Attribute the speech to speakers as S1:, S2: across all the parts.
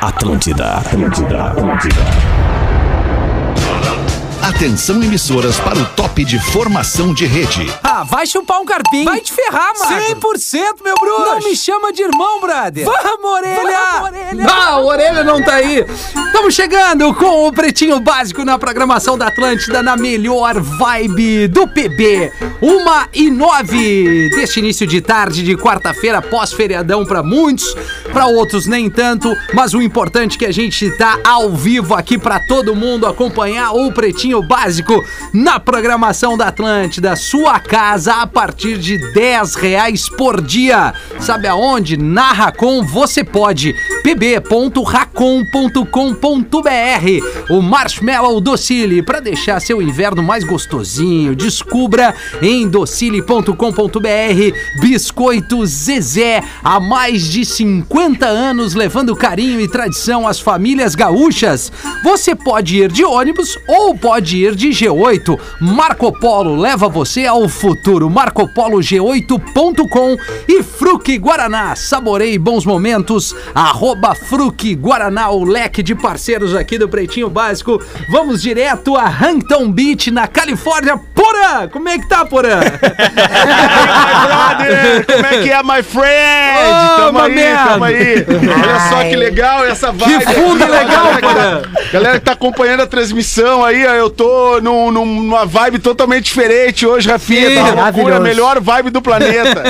S1: Atlântida, Atlântida, Atlântida.
S2: Atenção emissoras para o top de formação de rede.
S3: Ah, vai chupar um carpinho. Vai te ferrar, mano.
S4: 100%, meu bruxo.
S3: Não me chama de irmão, brother.
S4: Vamos, orelha.
S3: Vamos, orelha.
S4: Ah, a orelha não tá aí. Estamos chegando com o Pretinho Básico na programação da Atlântida, na melhor vibe do PB. Uma e nove deste início de tarde de quarta-feira, pós-feriadão pra muitos, pra outros nem tanto, mas o importante é que a gente tá ao vivo aqui pra todo mundo acompanhar o Pretinho Básico na programação da Atlântida, sua casa a partir de 10 reais por dia. Sabe aonde? Na Racon você pode. pb.racon.com.br O Marshmallow Docile, para deixar seu inverno mais gostosinho, descubra em docile.com.br Biscoito Zezé, há mais de 50 anos levando carinho e tradição às famílias gaúchas. Você pode ir de ônibus ou pode ir de G8. Marco Polo leva você ao futuro. MarcoPoloG8.com e Fruque Guaraná. Saborei bons momentos. Arroba Fruque Guaraná, o leque de parceiros aqui do Pretinho Básico. Vamos direto a Huntington Beach, na Califórnia. Porã! Como é que tá, Porã?
S5: brother! Como é que é, my friend?
S4: Ô,
S5: tamo
S4: uma
S5: aí,
S4: merda.
S5: tamo aí. Olha só que legal essa vibe.
S4: Que fundo
S5: aqui, ó,
S4: legal,
S5: galera, que- galera que tá acompanhando a transmissão aí, ó, eu tô num- num- numa vibe totalmente diferente hoje, Rafinha.
S4: Ih,
S5: Tá uma loucura,
S4: maravilhoso.
S5: melhor vibe do planeta.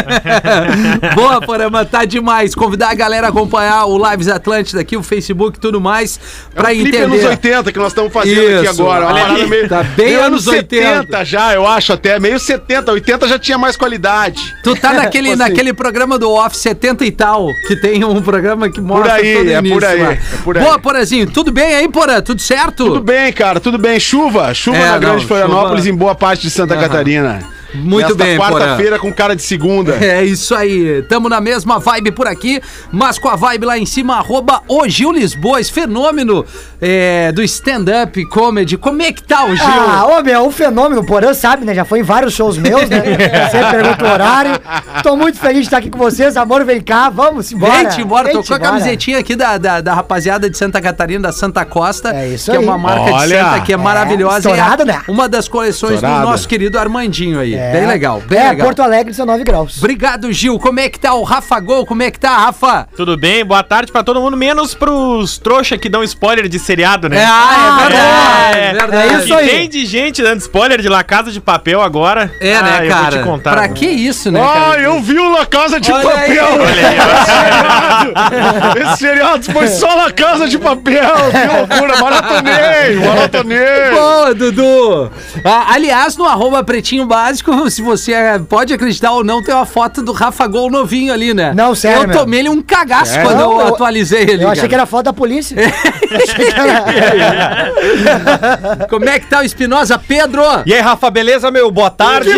S4: Boa, Porama, tá demais. Convidar a galera a acompanhar o Lives Atlântida aqui, o Facebook e tudo mais, pra
S5: É um Clipe
S4: entender.
S5: anos 80 que nós estamos fazendo aqui
S4: Isso,
S5: agora. uma
S4: olha
S5: parada
S4: aí. Tá bem anos 80
S5: já, eu acho até. Meio 70, 80 já tinha mais qualidade.
S4: Tu tá naquele,
S5: Tipo assim.
S4: naquele programa do Off 70 e tal, que tem um programa que mostra
S5: aí,
S4: todo o
S5: é por
S4: início
S5: aí,
S4: lá.
S5: é por aí.
S4: Boa, Porazinho, tudo bem aí, Porã? Tudo certo?
S5: Tudo bem, cara, tudo bem. Chuva, chuva
S4: É,
S5: na
S4: não,
S5: Grande
S4: chuva-
S5: Florianópolis e em boa parte de Santa
S4: Aham.
S5: Catarina.
S4: Muito
S5: Nesta
S4: bem, Porã.
S5: quarta-feira com cara de segunda.
S4: É isso aí, tamo na mesma vibe por aqui, mas com a vibe lá em cima, arroba o Gil Lisboa, esse fenômeno é, do stand-up comedy. Como é que tá o Gil?
S6: Ah, ô meu, um fenômeno, o Porã sabe, né? Já foi em vários shows meus, né? Sempre pergunta o horário. Tô muito feliz de estar aqui com vocês, amor, vem cá, vamos embora.
S4: Gente, bora, tocou a
S6: embora.
S4: camisetinha aqui da, da, da rapaziada de Santa Catarina, da Santa Costa.
S6: É isso
S4: que é
S6: aí.
S4: uma marca
S5: Olha!
S4: de Santa que é, maravilhosa.
S6: estourada,
S4: é
S6: né?
S4: Uma das coleções
S5: Estourada.
S4: do nosso querido Armandinho aí.
S6: É.
S4: Bem legal, bem
S6: é,
S4: legal.
S6: Porto Alegre, 19 graus.
S4: Obrigado, Gil. Como é que tá o Rafa Gol? Como é que tá, Rafa?
S7: Tudo bem? Boa tarde pra todo mundo, menos pros trouxa que dão spoiler de seriado, né?
S4: ah,
S7: é.
S4: verdade.
S7: Que tem de gente dando spoiler de La Casa de Papel agora.
S4: É,
S7: Ah,
S4: né,
S7: eu
S4: cara?
S7: Vou te contar.
S4: pra
S7: né?
S4: que isso, né,
S5: Ah,
S4: cara?
S5: eu vi o La Casa de
S4: Olha
S5: Papel!
S4: aí.
S5: Esse seriado foi só La Casa de Papel! Que loucura! Maratonei! Maratonei!
S4: Boa, Dudu! Ah, aliás, no arroba pretinho básico, se você eh, pode acreditar ou não, tem uma foto do Rafa Gol novinho ali, né?
S6: Não, sério,
S4: Eu
S6: meu.
S4: tomei ele um cagaço
S5: Sério?
S4: quando eu,
S6: Não, eu-
S4: atualizei ele.
S6: Eu achei
S4: cara.
S6: que era foto da polícia. Achei que era- Tá
S4: Como é que tá o Espinosa, Pedro?
S7: E aí, Rafa, beleza, meu? Boa tarde.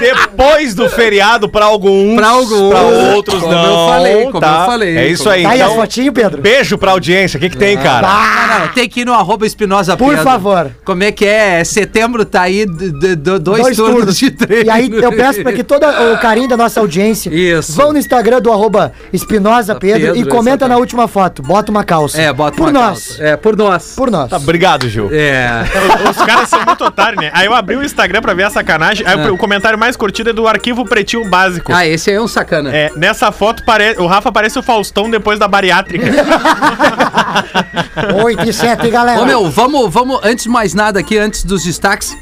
S7: Depois do feriado, pra alguns.
S4: Pra alguns.
S7: Pra outros,
S4: Como
S7: não.
S4: eu falei, como
S7: tá?
S4: eu falei.
S7: É isso aí. Ah.
S6: Tá aí as
S7: Então,
S6: fotinhas, Pedro?
S7: beijo pra audiência. O que, que tem, cara?
S4: Não, não, tem que ir no arroba Espinosa
S6: Ah! Por
S4: Pedro.
S6: favor.
S4: Como é que é? Setembro tá aí, d- d- d- dois,
S6: Dois
S4: turnos,
S6: turnos.
S4: de treino.
S6: E aí eu peço pra que todo o carinho da nossa audiência
S4: Isso. Tá
S6: vão no Instagram do arroba Espinosa Pedro, e
S4: Pedro,
S6: comenta na
S4: exatamente.
S6: última foto. Bota uma calça.
S4: É, bota
S6: Por
S4: uma
S6: nós.
S4: calça. É, por nós.
S6: Por nós.
S7: Obrigado, Gil.
S4: É.
S7: Tá. Os caras são muito otários, né? Aí eu abri o Instagram pra ver a sacanagem. Aí o comentário mais curtido é do arquivo pretinho básico.
S4: Ah, esse aí é um sacana.
S7: É, nessa foto, pare... o Rafa parece o Faustão depois da bariátrica.
S6: 8 e 7, galera.
S4: Ô meu, vamos, vamos, antes de mais nada aqui, antes dos destaques,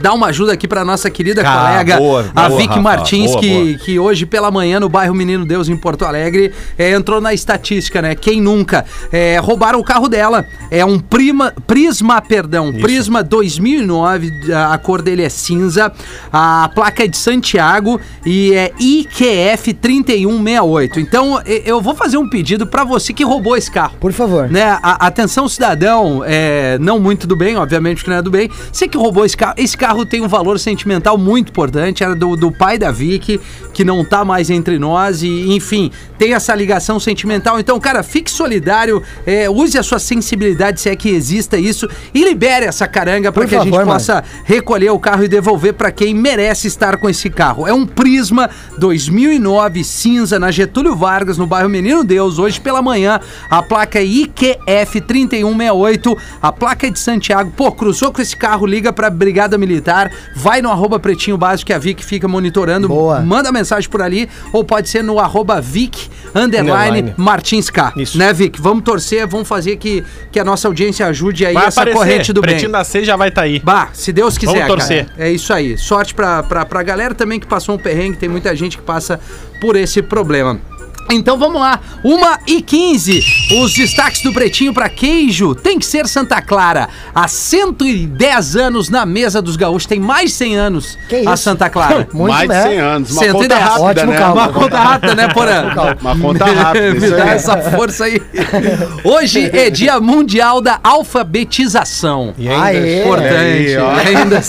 S4: dá uma ajuda aqui pra nossa querida
S7: Cara,
S4: colega,
S7: Ah, boa,
S4: a
S7: boa,
S4: Vicky
S7: Rafa,
S4: Martins,
S7: boa,
S4: que,
S7: boa.
S4: que hoje pela manhã no bairro Menino Deus, em Porto Alegre, é, entrou na estatística, né? Quem nunca? É, roubaram o carro dela. É um prima, Prisma, perdão, Prisma 2009, a a cor dele é cinza, a placa é de Santiago e é IQF 3168. Então, e- eu vou fazer um pedido pra você que roubou esse carro
S6: Por favor.
S4: né? a- atenção, cidadão, é, não muito do bem, obviamente que não é do bem. Você que roubou esse carro, esse carro tem um valor sentimental muito importante, era do, do pai da Vicky, que não tá mais entre nós e, enfim, tem essa ligação sentimental. Então, cara, fique solidário, é, use a sua sensibilidade, se é que exista isso, e libere essa caranga para
S6: Por
S4: que a gente
S6: favor,
S4: possa recolher o carro e devolver para quem merece estar com esse carro. É um Prisma 2009 cinza na Getúlio Vargas, no bairro Menino Deus, hoje pela manhã. A placa é IQF 3168. A placa é de Santiago. Pô, cruzou com esse carro, liga para Brigada Militar, vai no arroba pretinho básico que a Vic fica monitorando.
S6: Boa.
S4: Manda mensagem por ali ou pode ser no arroba Vic underline
S8: Underline.
S4: Martins K.
S8: Isso.
S4: Né, Vic? Vamos torcer, vamos fazer que, que a nossa audiência ajude aí
S7: Vai
S4: essa
S7: aparecer.
S4: corrente do
S7: Pretinho
S4: bem.
S7: da C já vai estar aí.
S4: Bah, se Deus quiser,
S7: Vamos torcer.
S4: cara. É isso aí. Sorte pra, pra, pra galera também que passou um perrengue, tem muita gente que passa por esse problema. Então vamos lá, 1 e 15. Os destaques do Pretinho pra queijo tem que ser Santa Clara. Há 110 anos na mesa dos gaúchos, tem mais 100 anos
S6: Que
S4: a
S6: isso?
S4: Santa Clara.
S6: Muito né?
S9: Mais de 100 anos. Uma
S4: 110.
S9: conta rápida,
S6: Ótimo
S9: né?
S6: carro.
S4: Uma conta rápida, né, Porã?
S9: Uma conta rápida,
S4: Me
S9: isso
S4: dá
S9: aí.
S4: essa força aí. Hoje é dia mundial da alfabetização.
S6: é
S8: E ainda-
S9: é
S6: Aê,
S4: Importante.
S9: Aí, ó.
S4: ainda.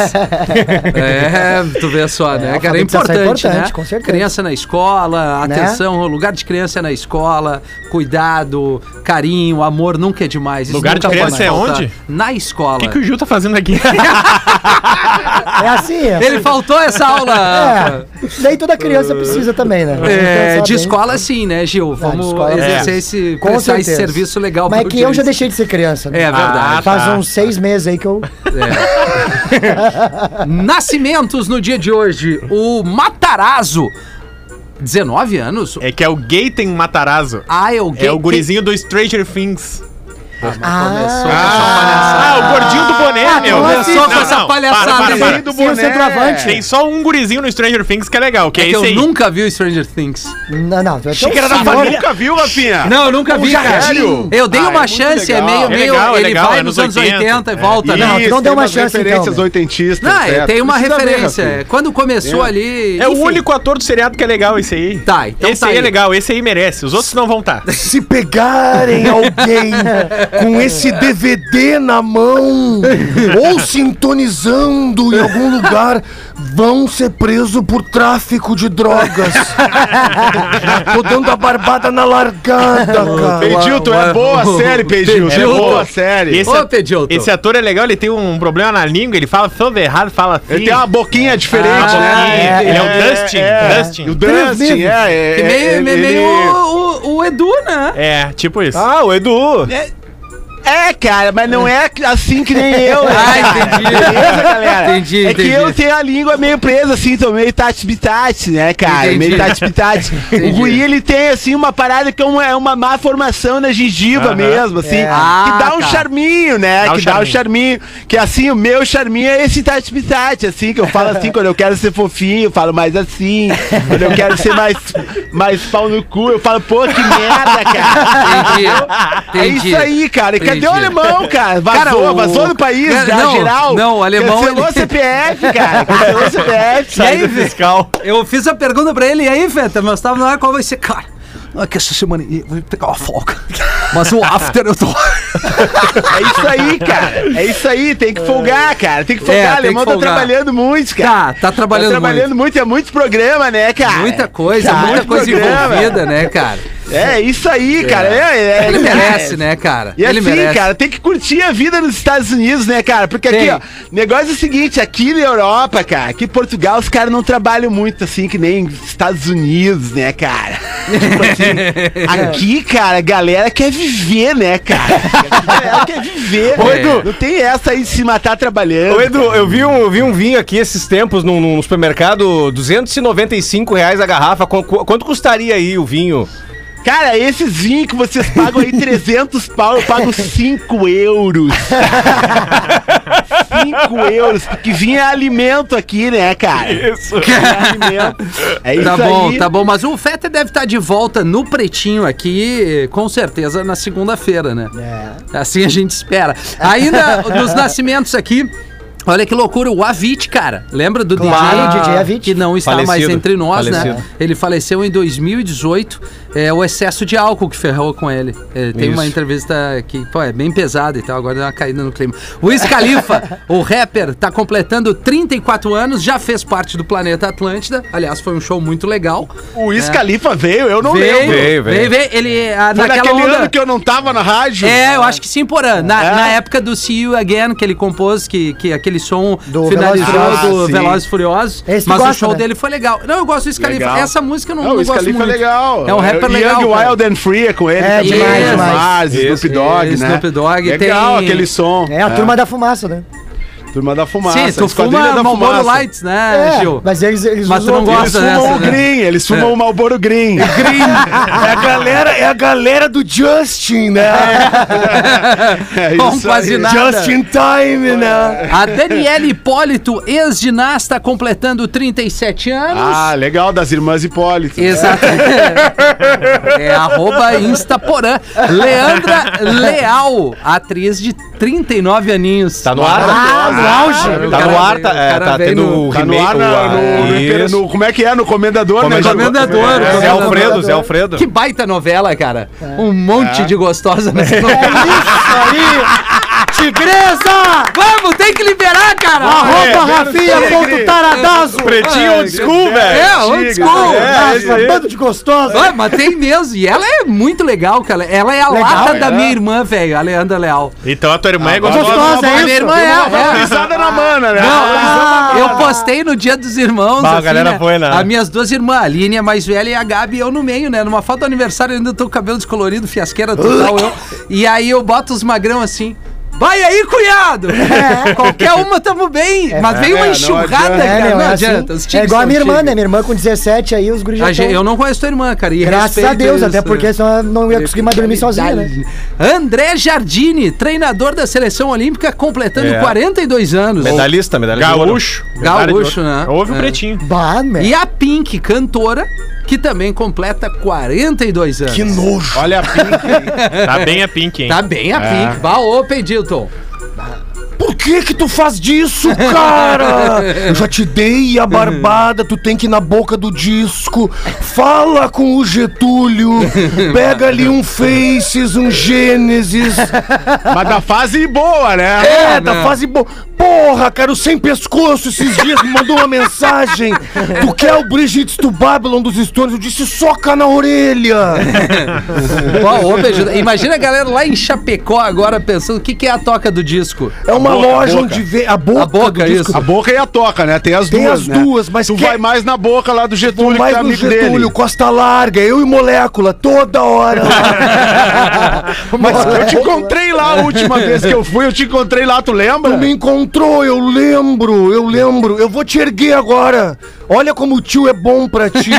S4: é, tu vê só, né,
S6: É,
S4: cara? É
S6: alfabetização é
S4: importante,
S6: importante,
S4: né?
S6: com certeza.
S4: Criança na escola,
S6: Né?
S4: atenção, o lugar de criança é na escola, cuidado, carinho, amor nunca é demais. isso
S7: Lugar de
S4: nunca
S7: criança
S4: pode
S7: é
S4: faltar.
S7: onde?
S4: Na escola.
S7: O que, que o Ju tá fazendo aqui?
S6: É assim. é.
S4: Ele faltou essa aula.
S6: É, daí toda criança precisa também, né?
S4: É,
S6: Então,
S4: de
S6: sabe,
S4: escola sim, né, Gil? Vamos
S6: escola,
S4: exercer
S7: é.
S4: esse,
S6: Com
S4: prestar esse
S6: certeza.
S4: serviço legal
S6: Mas é
S4: pro
S6: que eu já
S4: Gil.
S6: deixei de ser criança. né?
S4: É verdade.
S6: Faz uns seis meses aí que eu. Ah.
S4: Nascimentos no dia de hoje. O Matarazzo, 19 anos?
S7: É que é o Gaten Matarazzo.
S4: Ah, é o gay.
S7: É o gurizinho do Stranger Things.
S4: Ah,
S7: Ah, o gordinho do boné, meu.
S6: não
S4: começou
S7: Não,
S4: com essa
S7: não,
S4: palhaçada
S7: para, para,
S4: aí.
S7: para.
S9: Do
S6: Sim, o
S9: boné.
S6: centroavante.
S7: Tem só um gurizinho no Stranger Things que é legal, que é,
S4: É que eu
S7: esse aí.
S4: nunca vi o Stranger Things.
S6: Não, não. tu é teu
S7: Xícara da
S6: senhor.
S9: Mas nunca viu, Rafinha?
S4: Não, eu nunca vi, cara.
S9: jardim.
S4: Eu dei
S9: Ah, é
S4: uma
S9: muito
S4: chance, é
S9: legal.
S4: meio,
S9: É
S4: meio.
S7: legal, é
S4: ele
S7: legal,
S4: vai
S7: é
S4: nos
S7: nos
S4: anos 80,
S7: 80
S4: e volta,
S6: Não,
S4: né?
S6: tu não deu uma
S9: umas
S6: chance, então,
S9: referências
S6: né?
S9: oitentistas.
S4: Não, é,
S9: certo?
S4: tem uma
S9: Precisa ver,
S4: referência.
S9: Rafinha.
S4: é, Quando começou ali.
S7: É o
S4: enfim.
S7: único ator do seriado que é legal esse aí.
S4: Tá, então
S7: Esse
S4: tá
S7: aí é
S4: aí.
S7: legal, esse aí merece. Os outros não vão tá. estar.
S8: Se pegarem alguém com esse DVD na mão ou sintonizando em algum lugar, vão ser presos por tráfico de drogas. Tô dando a barbada na largada, cara.
S9: Peidilton, é boa
S4: uau.
S9: série, Peidilton. É
S4: Peidilton.
S9: boa série.
S7: Esse,
S4: Ô,
S7: at-
S4: Pedioto.
S7: esse ator é legal, ele tem um problema na língua, ele fala todo errado, fala assim.
S9: Ele tem uma boquinha diferente,
S7: Ah,
S9: né?
S7: é, ele é o Dustin,
S9: É,
S7: Dustin.
S9: O Dustin, é. é,
S4: Que meio,
S9: ele-
S4: meio, meio
S9: ele-
S4: o, o- o Edu, né?
S7: É, tipo isso.
S8: Ah, o Edu.
S9: É, cara, mas não é assim que nem eu, né?
S4: Ah, entendi.
S9: Beleza, galera?
S4: Entendi,
S9: é
S4: entendi.
S9: que eu tenho a língua meio presa, assim, tô meio tati-bitati, né, cara?
S4: Entendi.
S9: Meio tati-bitati. O guri, ele tem, assim, uma parada que é uma, é uma má formação na gengiva
S7: Aham.
S9: mesmo, assim,
S4: Ah,
S9: que dá um
S4: tá.
S9: charminho, né?
S7: Dá um
S9: que dá um charminho. Que, assim, o meu charminho é esse tati-bitati, assim, que eu falo assim, quando eu quero ser fofinho, eu falo mais assim. Quando eu quero ser mais, mais pau no cu, eu falo, pô, que merda, cara.
S4: Entendi.
S9: É
S4: Entendi.
S9: isso aí, cara. E cadê
S4: Entendi.
S9: o alemão, cara? Vazou,
S4: Cara, o-
S9: vazou do país,
S4: Cara,
S9: da
S4: não,
S9: geral.
S4: não, o alemão,
S9: Cancelou
S4: ele-
S9: CPF, cara. Cancelou CPF.
S4: E aí,
S9: saída
S4: Vê? Eu fiz a pergunta pra ele, e aí, Feta, nós tava lá, qual vai ser? Cara, não é que essa semana eu vou pegar uma folga. Mas o after eu tô.
S9: É isso aí, cara. É isso aí, tem que folgar, cara. Tem que folgar.
S4: É, tem
S9: o alemão
S4: que
S9: tá
S4: folgar.
S9: trabalhando muito,
S4: Tá,
S9: cara.
S4: tá trabalhando,
S9: Tá trabalhando muito. é muitos programas, né, cara?
S4: muito. Muita coisa,
S9: Tá,
S4: muita
S9: muito
S4: coisa
S9: programa.
S4: envolvida, né, cara?
S9: É isso aí, cara. É, é,
S4: Ele
S9: é-
S4: merece, né, cara?
S9: E
S4: ele
S9: assim,
S4: merece.
S9: cara, tem que curtir a vida nos Estados Unidos, né, cara? Porque
S4: Tem.
S9: aqui, ó, o negócio é o seguinte, aqui na Europa, cara, aqui em Portugal, os caras não trabalham muito, assim, que nem Estados Unidos, né, cara? Tipo assim, aqui, cara, a galera quer viver, né, cara? Aqui a galera quer viver.
S8: Ô,
S9: né?
S8: Edu.
S9: Não tem essa aí de se matar trabalhando.
S8: Ô Edu, eu vi um, eu vi um vinho aqui esses tempos num, num supermercado, 295 reais a garrafa. Qu- qu- quanto custaria aí o vinho?
S9: Cara, esses vinhos que vocês pagam aí 300 pau, eu pago 5 euros. 5 euros. Que vinho é alimento aqui, né, cara? Isso. é alimento. É isso
S4: Tá bom,
S9: aí.
S4: tá bom, mas o Feta deve estar de volta no pretinho aqui, com certeza, na
S6: É.
S4: segunda-feira, né? Assim a gente espera. Ainda nos nascimentos aqui. Olha que loucura, o Avit, cara. Lembra do
S6: Claro,
S4: DJ,
S6: DJ Avit.
S4: que não está mais
S10: Falecido.
S4: entre nós, né?
S10: Falecido.
S4: Ele faleceu em 2018. É o excesso de álcool que ferrou com ele. É, tem
S10: Isso.
S4: uma entrevista que pô, é bem pesada e tal, agora deu uma caída no clima. O Escalifa, o rapper, tá completando 34 anos, já fez parte do Planeta Atlântida. Aliás, foi um show muito legal.
S9: O Iscalifa veio, eu não lembro.
S10: Veio, veio.
S4: Ele, ah,
S9: Foi
S4: naquela
S9: naquele
S4: onda...
S9: ano que eu não tava na rádio.
S4: É, eu acho que sim, Porã. Na,
S6: É.
S4: na época do See You Again, que ele compôs, que, que aquele som
S6: Do
S4: finalizou
S6: Velozes e
S4: do
S9: Furiosos. Ah, sim.
S4: Velozes e Furiosos.
S6: Esse tu
S4: mas o
S6: gosta,
S4: show
S6: né?
S4: dele foi legal. Não, eu gosto do Scalifa.
S9: Legal.
S4: Essa música eu não,
S9: Não,
S4: não
S9: o
S4: gosto
S9: Iscalifa é
S4: muito.
S9: legal.
S4: É um rapper legal.
S9: Young,
S4: cara.
S9: Wild and Free é com ele.
S6: É,
S9: também.
S6: demais,
S9: Bruno
S6: demais.
S9: Mars,
S4: Isso,
S9: Snoop Dogg, né?
S4: isso, Snoop Dogg,
S9: Legal
S4: tem-
S9: aquele som.
S6: É a turma da fumaça, né?
S9: Turma da fumaça.
S4: Sim, tu
S9: Esquadrilha
S4: fuma
S9: é da
S4: Malboro
S9: Fumaça.
S4: Lights,
S6: É.
S4: né, Gil?
S6: mas eles, eles
S4: Mas tu não
S6: outro.
S9: Eles
S4: gosta dessa,
S9: fumam o
S4: né?
S9: Green, eles fumam o Malboro Green.
S8: É a galera, é a galera do Justin, né?
S9: É
S4: Bom,
S9: isso
S4: quase
S9: aí.
S4: nada. É.
S8: Justin Time, né?
S4: A Daniela Hipólito, ex-ginasta, completando 37 anos.
S9: Ah, legal, das irmãs Hipólito.
S4: Exato. É arroba Instaporã. Leandra Leal, atriz de 39 aninhos.
S10: Tá no ar? Tá
S4: Ah,
S9: Ah, no auge.
S10: no
S4: O cara
S10: ar,
S4: veio-
S10: tá,
S4: o
S10: é,
S4: cara
S10: tá
S4: veio
S10: tendo
S4: no-
S10: o
S9: Tá no
S10: remake,
S9: ar, na-
S10: o-
S9: no, no-
S10: Isso.
S9: no- Como é que é? No Comendador, né?
S10: Comendador.
S4: Comendador,
S9: É,
S10: Zé
S9: é o-
S10: Alfredo, Zé Alfredo.
S4: Que baita novela, cara. Um
S10: É.
S4: monte de gostosa nessa novela.
S6: Tigresa!
S4: Vamos, tem que liberar, cara.
S6: Arroba
S9: é,
S6: Rafinha, ponto taradazo!
S9: Pretinho old school, velho.
S4: É, old
S9: Antiga,
S4: school.
S9: É,
S6: Nossa,
S9: esse-
S6: bando de gostosa!
S4: Ah, mas tem mesmo. E ela é muito legal, cara. Ela é a
S6: Legal,
S4: lata
S6: é.
S4: da minha irmã, velho, a Leandra Leal.
S7: Então a tua irmã é
S6: gostosa.
S7: gostosa.
S6: é
S4: a
S6: isso?
S4: minha irmã é. é.
S9: Pisada na mana, né?
S6: Ah,
S4: Não, eu postei no Dia dos Irmãos.
S10: Bah, a galera foi né? lá.
S4: As minhas duas irmãs, a Aline, a mais velha, e a Gabi, eu no meio, né? Numa foto do aniversário, eu ainda tô com o cabelo descolorido, fiasqueira total, eu. E aí eu boto os magrão assim. Vai aí, cunhado! Qualquer uma tamo bem, mas veio uma
S9: é, não
S4: enxurrada,
S9: adianta.
S6: É,
S4: cara.
S6: meu,
S4: não
S6: é
S4: adianta. os
S6: assim.
S4: tigres
S6: É igual a
S4: são
S6: minha irmã,
S4: tigres.
S6: né? Minha irmã com 17 aí, os guris já
S4: A gente-
S6: tão-
S4: eu não conheço tua irmã, cara. e
S6: Graças a
S4: respeito
S6: Deus,
S4: isso, né?
S6: até porque senão eu não ia conseguir mais dormir sozinha, né?
S4: André Jardini, treinador da seleção olímpica, completando
S10: É.
S4: 42 anos.
S10: Medalhista, medalhista. de ouro.
S7: Gaúcho.
S4: Gaúcho, né?
S7: Houve o
S4: É.
S7: pretinho.
S6: Bah, meu.
S4: E a Pink, cantora, que também completa 42 anos.
S8: Que nojo.
S9: Olha a Pink.
S7: Tá bem a Pink, hein?
S4: Tá bem a
S9: É.
S4: Pink. Baô, Pedilton.
S8: Por que que tu faz disso, cara? Eu já te dei a barbada, tu tem que ir na boca do disco. Fala com o Getúlio. Pega ali um Faces, um Gênesis.
S9: Mas da fase boa, né?
S8: É, da fase boa. Porra, cara, o sem pescoço esses dias me mandou uma mensagem. Tu quer o Brigitte do Babylon dos Stones? Eu disse, soca na orelha.
S4: Baô, Pedilton. Imagina a galera lá em Chapecó agora pensando o que, que é a toca do disco.
S8: É uma
S9: boca, a
S8: loja
S9: boca.
S8: onde vê a boca,
S4: A boca,
S8: do disco.
S4: isso.
S9: A boca e a toca, né? Tem as
S8: Tem
S9: duas,
S8: as
S9: né?
S8: duas, mas
S9: Tu
S8: que-
S9: vai mais na boca lá do Getúlio, que
S8: Mais
S9: tá
S8: no
S9: amigo
S8: Getúlio,
S9: dele.
S8: Costa Larga, eu e Molécula, toda hora.
S9: Mas eu te encontrei lá a última vez que eu fui, eu te encontrei lá, tu lembra?
S8: Tu me encontrou, eu lembro, eu lembro. Eu vou te erguer agora. Olha como o tio é bom pra ti.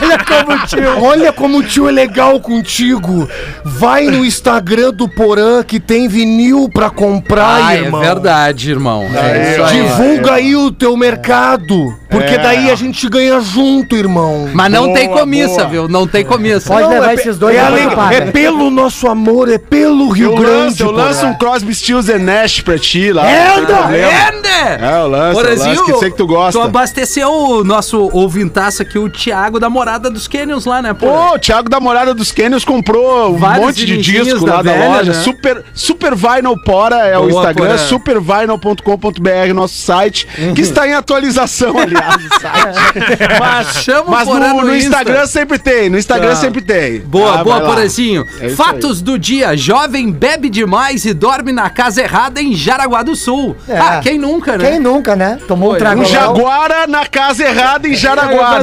S8: Olha como o tio. Olha como o tio é legal contigo. Vai no Instagram do Porã que tem vinil pra comprar,
S4: Ah,
S8: irmão.
S4: é verdade, irmão. É isso aí.
S8: Divulga aí o teu mercado, porque
S9: É.
S8: daí a gente ganha junto, irmão.
S4: Mas não
S9: Boa,
S4: tem comissa,
S9: boa.
S4: viu? Não tem comissa.
S6: Pode
S8: Não,
S6: levar
S8: é pe-
S6: esses dois
S8: é,
S6: e
S8: ale-
S6: depois tu paga.
S8: é pelo nosso amor, é pelo Rio
S9: eu
S8: Grande.
S9: lanço, eu
S8: Porã.
S9: lanço um Crosby, Stills and Nash pra ti lá.
S4: Tá
S9: Anda!
S4: vendo?
S9: É, o lance, o lance que sei que tu gosta.
S4: Tu abasteceu o nosso ouvintaço aqui, o Thiago da Morada dos Canyons lá, né,
S9: Pô, o Thiago da Morada dos Canyons comprou um
S4: Vários
S9: monte de
S4: vinilzinhos
S9: disco
S4: da
S9: lá da
S4: velha,
S9: loja.
S4: né?
S9: Super, super Vinyl Pora é o
S4: Boa, Pora.
S9: Instagram, supervinyl.com.br, nosso site,
S4: Uhum.
S9: que está em atualização, aliás, o site. Mas,
S4: Chama o
S9: mas no,
S4: Porã no
S9: no
S4: Insta.
S9: Instagram sempre tem, no Instagram
S4: Tá.
S9: sempre tem.
S4: Boa,
S9: Ah,
S4: boa,
S9: vai lá.
S4: Porazinho.
S9: É isso
S4: Fatos do dia: jovem bebe demais e dorme na casa errada em Jaraguá do Sul.
S6: É.
S4: Ah, quem nunca, né?
S6: Quem nunca, né? Tomou um
S4: Foi,
S6: trago.
S9: Um
S6: lá.
S9: jaguara na casa errada em Jaraguá,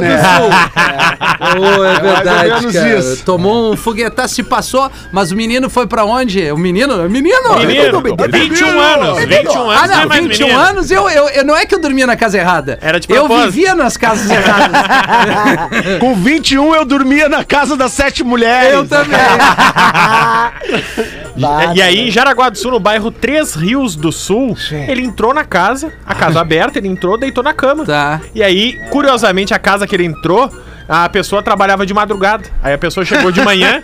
S4: Jaraguá
S9: né?
S4: do Sul. É. Ô, é verdade,
S9: menos
S4: cara.
S9: isso.
S4: Tomou um foguetaço, se passou, mas o menino foi pra onde? O menino? O menino?
S7: Menino,
S8: Eu tô me-
S7: 21 anos. 21
S4: Ah,
S7: anos não é
S4: não,
S7: mais
S4: 21
S7: menino.
S4: anos eu, eu, eu- não é que eu dormia na casa errada.
S7: Era de
S4: Eu
S7: propósito.
S4: vivia nas casas erradas.
S9: Com 21 eu dormia na casa das sete mulheres.
S4: eu também.
S7: É, E aí, em Jaraguá do Sul, no bairro Três Rios do Sul, ele entrou na casa, a casa aberta, ele entrou, deitou na cama.
S4: Tá.
S7: E aí, curiosamente, a casa que ele entrou a pessoa trabalhava de madrugada. Aí a pessoa chegou de manhã,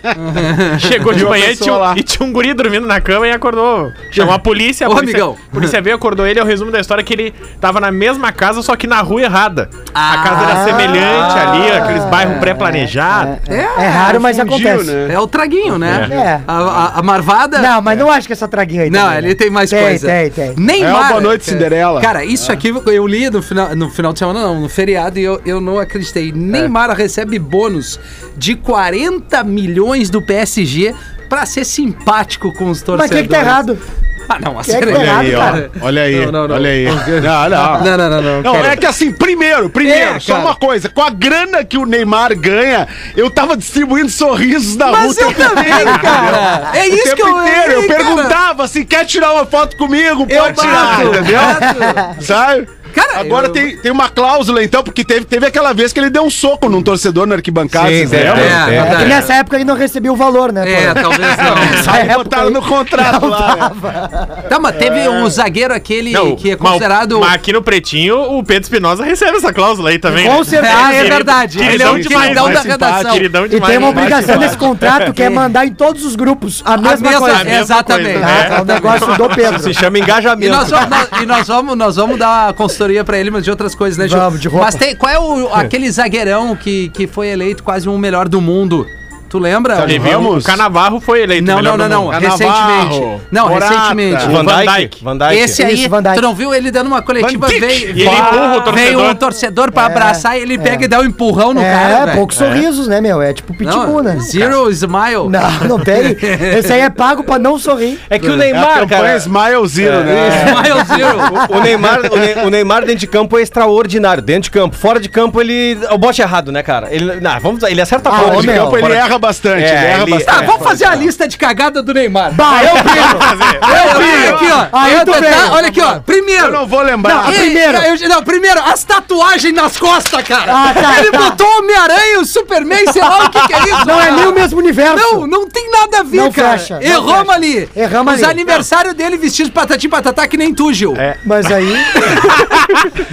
S7: chegou de
S9: Viu a
S7: manhã e
S9: pessoa
S7: tinha, um-
S9: lá.
S7: e tinha um guri dormindo na cama e acordou. Chamou a polícia. A
S4: Ô,
S7: polícia,
S4: amigão.
S7: a polícia veio, acordou ele. É o resumo da história é que ele tava na mesma casa, só que na rua errada.
S4: Ah.
S7: a casa era semelhante ali, aqueles bairros pré-planejados.
S6: É raro, mas acontece.
S4: É o traguinho, né?
S6: É.
S4: A, a- a marvada.
S6: Não, mas não acho que essa traguinha aí.
S4: Não,
S6: também, né?
S4: ele tem mais coisa.
S6: Tem, tem, tem.
S4: Neymar.
S9: É o Boa Noite, Cinderela. É.
S4: Cara, isso aqui eu li no final, no final de semana, não, no feriado, e eu, eu não acreditei. Neymar recebe bônus de 40 milhões do PSG pra ser simpático com os
S6: Mas
S4: torcedores.
S6: quem que tá errado?
S4: Ah, não, assim.
S6: Quem é que tá
S9: Olha
S6: errado,
S9: aí,
S6: cara?
S9: ó. Olha aí.
S4: Não, não, não.
S9: Olha aí. Não, não.
S4: Não, não, não, não.
S9: Não,
S4: cara.
S9: é que assim, primeiro, primeiro,
S4: É,
S9: só
S4: cara.
S9: uma coisa, com a grana que o Neymar ganha, eu tava distribuindo sorrisos na rua.
S4: Mas
S9: o tempo
S4: eu também, cara. É
S9: o
S4: isso
S9: tempo
S4: que eu
S9: inteiro, eu
S4: Ei, cara,
S9: perguntava assim, quer tirar uma foto comigo? Pode
S4: Eu
S9: tirar,
S4: bato,
S9: entendeu?
S4: bato.
S9: Sabe?
S4: Cara,
S9: Agora
S4: eu-
S9: tem, tem uma cláusula, então, porque teve, teve aquela vez que ele deu um soco num torcedor na arquibancada.
S7: Sim,
S9: vocês
S7: teve,
S9: lembram?
S7: teve.
S4: É,
S6: É que
S4: verdade.
S6: nessa época ele não recebia o valor, né?
S4: É,
S6: pô?
S4: talvez não.
S6: Nessa
S9: Aí
S6: época
S9: botaram
S6: aí-
S9: no contrato lá. né?
S4: Tá, mas
S9: É.
S4: teve um zagueiro aquele
S7: Não,
S4: que é
S7: mas-
S4: considerado.
S7: Mas aqui no Pretinho, o Pedro Espinosa recebe essa cláusula aí também.
S6: Com
S7: né?
S6: certeza.
S4: Ah, é
S7: Querido-
S4: verdade. Ele é
S7: Queridão
S4: o
S7: demais,
S4: queridão
S7: mais
S4: da
S7: simpático,
S4: redação.
S7: queridão
S6: E
S7: demais.
S6: tem uma
S7: mais
S6: obrigação
S7: simpático.
S6: nesse contrato que é mandar em todos os grupos a mesma,
S4: mesma-
S6: coisa.
S4: a mesma Exatamente.
S7: coisa,
S6: Ah,
S7: né?
S6: é um negócio do Pedro.
S9: Se chama engajamento.
S4: E nós, vamos, nós- e nós vamos, nós vamos dar consultoria pra ele, mas de outras coisas, né, Ju?
S6: Vamos, de roupa.
S4: Mas tem, qual é o, aquele zagueirão que, que foi eleito quase um melhor do mundo? Tu lembra?
S9: Sabe,
S7: Teve um, o Canavarro foi eleito
S4: Não,
S7: melhor
S4: não, não,
S7: do
S4: não.
S7: mundo.
S4: Recentemente. Não,
S9: Morata,
S4: recentemente.
S7: Van
S9: Van
S7: Dijk.
S9: Dyke. Van Dijk.
S4: Esse aí,
S6: Isso, Van Dijk.
S4: tu não viu ele dando uma coletiva?
S9: Van Dijk.
S4: Veio,
S7: E ele empurra o
S4: veio um
S7: torcedor.
S4: torcedor pra abraçar e ele pega e dá um empurrão no
S6: é,
S4: cara. velho.
S6: poucos sorrisos, né, meu? É tipo
S4: Não,
S6: pitbull, né?
S4: Zero smile.
S6: Não, não tem. Esse aí é pago pra não sorrir.
S11: É que o
S9: É a
S11: Neymar,
S9: campanha
S11: cara.
S9: Smile Zero,
S4: É,
S9: né?
S4: Smile zero.
S11: O Neymar, o, Ne- o Neymar dentro de campo é extraordinário. Dentro de campo. Fora de campo, ele. O bote errado, né, cara? Ele, não, vamos, ele acerta
S6: Ah,
S11: pouco.
S6: ô,
S9: de
S4: né? um
S6: meu,
S9: campo ele erra bastante,
S11: É,
S9: ele erra
S11: ele-
S9: bastante.
S4: Tá, vamos fazer a lista de cagada do Neymar.
S6: Bah, eu primo.
S4: Eu tenho É, aqui, ó.
S6: Aí
S4: eu
S6: tu
S4: tá-
S6: veio.
S4: Olha aqui, ó. Primeiro.
S9: Eu não vou lembrar.
S4: Não,
S6: a
S4: e-
S6: primeira.
S4: eu- não, primeiro, as tatuagens nas costas, cara.
S6: Ah, tá,
S4: Ele
S6: tá.
S4: botou o Homem-Aranha, o Superman, sei lá o que, que é isso.
S6: Não é nem o mesmo universo.
S4: Não, não tem nada a ver,
S6: Não
S4: cara.
S6: fecha, não
S4: Erramos
S6: fecha.
S4: ali.
S6: Erramos
S4: Os
S6: ali.
S4: aniversários dele vestido de patati e patatá que nem tu, Gil.
S6: Mas aí.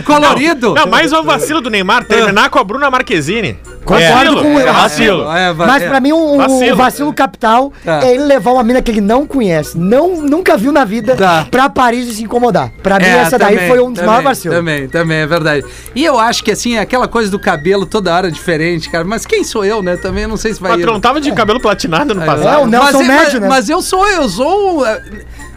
S4: Colorido.
S7: É. Não, mais um vacilo do Neymar, terminar com a Bruna Marquezine.
S6: Concordo
S7: Vacilo,
S6: com o
S7: é
S6: Vacilo.
S7: vacilo.
S4: É, vai-
S6: Mas pra mim, um, um
S7: Vacilo.
S6: vacilo. capital
S4: Tá.
S6: é ele levar uma mina que ele não conhece, não, nunca viu na vida,
S4: Tá.
S6: pra Paris e se incomodar. Pra mim,
S4: É,
S6: essa daí
S4: também,
S6: foi um dos
S4: também,
S6: maiores vacilos.
S4: Também, também, é verdade. E eu acho que, assim, aquela coisa do cabelo toda hora diferente, cara. Mas quem sou eu, né? Também eu não sei se vai...
S7: Mas tu não tava de cabelo platinado no
S6: É,
S7: passado?
S6: o Nelson
S4: mas,
S6: Médio,
S4: mas-
S6: né?
S4: mas eu sou, eu sou. eh,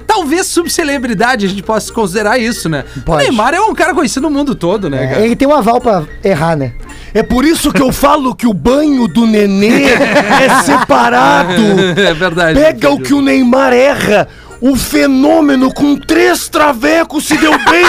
S4: Talvez subcelebridade a gente possa considerar isso, né? O
S6: Pode.
S4: Neymar é um cara conhecido no mundo todo, né, cara?
S6: Ele tem um aval pra errar, né?
S8: É por isso que eu falo que o banho do nenê é separado.
S4: É verdade.
S8: Pega o que o Neymar erra. O fenômeno com três travecos se deu bem.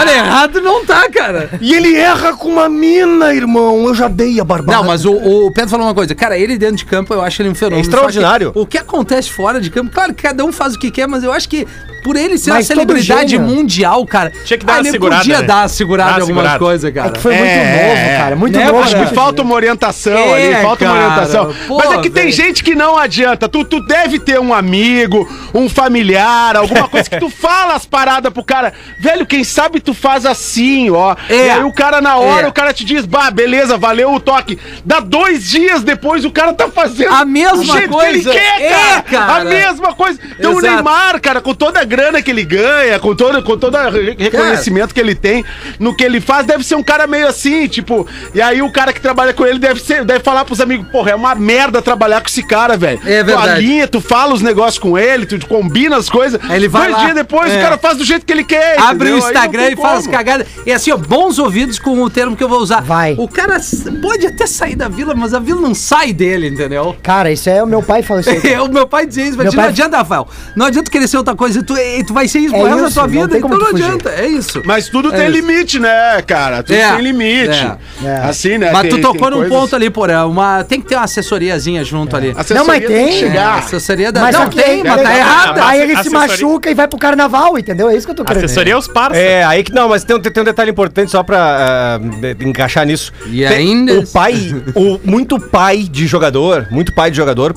S4: Olha, errado não tá, cara.
S8: e ele erra com uma mina, irmão. Eu já dei a barbada.
S4: Não, mas o, o Pedro falou uma coisa. Cara, ele dentro de campo, eu acho ele um fenômeno.
S11: É extraordinário.
S4: Só que O que acontece fora de campo, claro que cada um faz o que quer, mas eu acho que por ele ser
S6: Mas
S4: uma
S6: todo
S4: celebridade
S6: gênio-
S4: mundial, cara, ah,
S7: Tinha que dar uma
S4: ele
S7: segurada,
S4: podia
S7: né?
S4: dar uma segurada em
S7: Dar uma
S4: algumas
S7: segurada.
S4: coisas, cara.
S6: É que foi muito
S9: É,
S6: novo, cara. Muito
S4: né,
S6: novo.
S9: Acho
S6: cara.
S9: que falta uma orientação
S4: É,
S9: ali, falta uma
S4: cara,
S9: orientação.
S4: pô,
S9: Mas é que
S4: velho.
S9: tem gente que não adianta. Tu, tu deve ter um amigo, um familiar, alguma coisa que tu fala as paradas pro cara. Velho, quem sabe tu faz assim, ó.
S4: É.
S9: E aí o cara na hora,
S4: É.
S9: o cara te diz, bah, beleza, valeu o toque. Dá dois dias depois o cara tá fazendo
S4: A mesma
S9: do jeito
S4: coisa.
S9: Que ele quer,
S4: É,
S9: cara.
S4: cara.
S9: A mesma coisa. Então o
S4: Exato.
S9: Neymar, cara, com toda a grana que ele ganha, com todo com todo o re- reconhecimento que ele tem no que ele faz, deve ser um cara meio assim, tipo, e aí o cara que trabalha com ele deve ser, deve falar pros amigos, porra, é uma merda trabalhar com esse cara, velho.
S4: É
S9: Tu
S4: verdade.
S9: alinha, tu fala os negócios com ele, tu combina as coisas.
S4: Aí ele vai
S9: dois
S4: lá.
S9: dias depois
S4: É.
S9: o cara faz do jeito que ele quer.
S4: Abre
S9: entendeu?
S4: o
S9: Aí não
S4: Instagram
S9: tem
S4: e faz
S9: como.
S4: cagada. E assim, ó, bons ouvidos com o termo que eu vou usar.
S6: Vai.
S4: O cara s- pode até sair da vila, mas a vila não sai dele, entendeu?
S6: Cara, isso é o meu pai fala isso aí.
S4: O meu pai dizia isso, mas
S6: Meu
S4: não
S6: pai-
S4: adianta, Rafael. Não adianta querer ser outra coisa. Tu, e tu vai ser isso
S6: É
S4: pro resto da
S6: isso,
S4: tua
S6: não
S4: vida,
S6: tem
S4: então
S6: como
S4: não
S6: tu fugir.
S4: adianta. É isso.
S9: Mas tudo tem
S4: isso.
S9: limite, né, cara? Tudo
S4: É.
S9: tem limite.
S6: É. É.
S9: Assim, né?
S4: Mas
S9: tem-
S4: tu
S9: tem
S4: tocou num
S9: coisas-
S4: ponto ali, porra. Uma... Tem que ter uma assessoriazinha junto ali.
S9: Assessoria
S6: Não, mas tem,
S9: que
S6: é.
S4: É,
S9: chegar.
S4: assessoria da...
S6: Mas
S4: não
S6: aqui
S4: tem,
S6: é
S4: mas tá
S6: legal.
S4: errado.
S6: Aí ele se
S7: Assessoria.
S6: machuca e vai pro carnaval, entendeu? É isso que eu tô querendo.
S7: Assessoria os parça.
S11: É, aí que não, mas tem, um- tem um detalhe importante só pra ah, de- encaixar nisso.
S4: E
S11: Tem-
S4: ainda- assim-
S11: O pai, o, muito pai de jogador, muito pai de jogador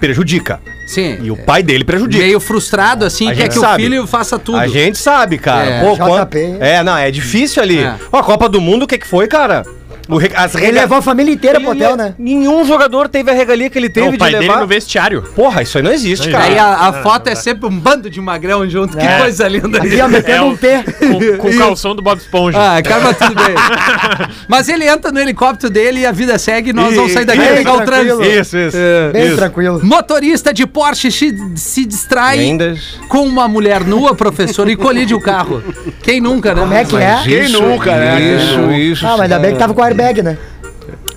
S11: prejudica.
S4: Sim. É,
S11: E o pai dele prejudica.
S4: Meio frustrado, assim,
S11: A
S4: quer
S11: gente
S4: que
S11: sabe.
S4: o filho faça tudo.
S11: A gente sabe, cara.
S4: É,
S11: Pô,
S6: JP.
S11: quanto- É, não, é difícil ali.
S4: É.
S11: Ó, a Copa do Mundo, o que que foi, cara? O re- as
S6: Ele
S11: rega-
S6: levou a família inteira pro hotel, né?
S11: Nenhum jogador teve a regalia que ele
S4: É,
S11: teve
S7: Não, o pai dele no vestiário.
S11: Porra, isso aí não existe, cara.
S4: Aí a, a foto é sempre um bando de magrão junto. Que coisa linda.
S6: É. Aqui, ó, metendo
S7: É
S6: um
S7: o-
S6: pé.
S7: Com, com o calção do Bob Esponja.
S4: Ah, cara, mas tudo bem. Mas ele entra no helicóptero dele e a vida segue e nós vamos sair daqui e
S6: isso,
S4: pegar o
S6: tranquilo.
S4: trânsito.
S11: Isso, isso.
S4: é.
S6: Bem tranquilo.
S4: Motorista de Porsche se, se distrai
S11: Ainda.
S4: com uma mulher nua, professor, e colide o carro. Quem nunca, né?
S6: Como é que é?
S9: Quem nunca, né?
S11: Isso, isso.
S6: Ah, mas ainda bem que tava com o airbag, né?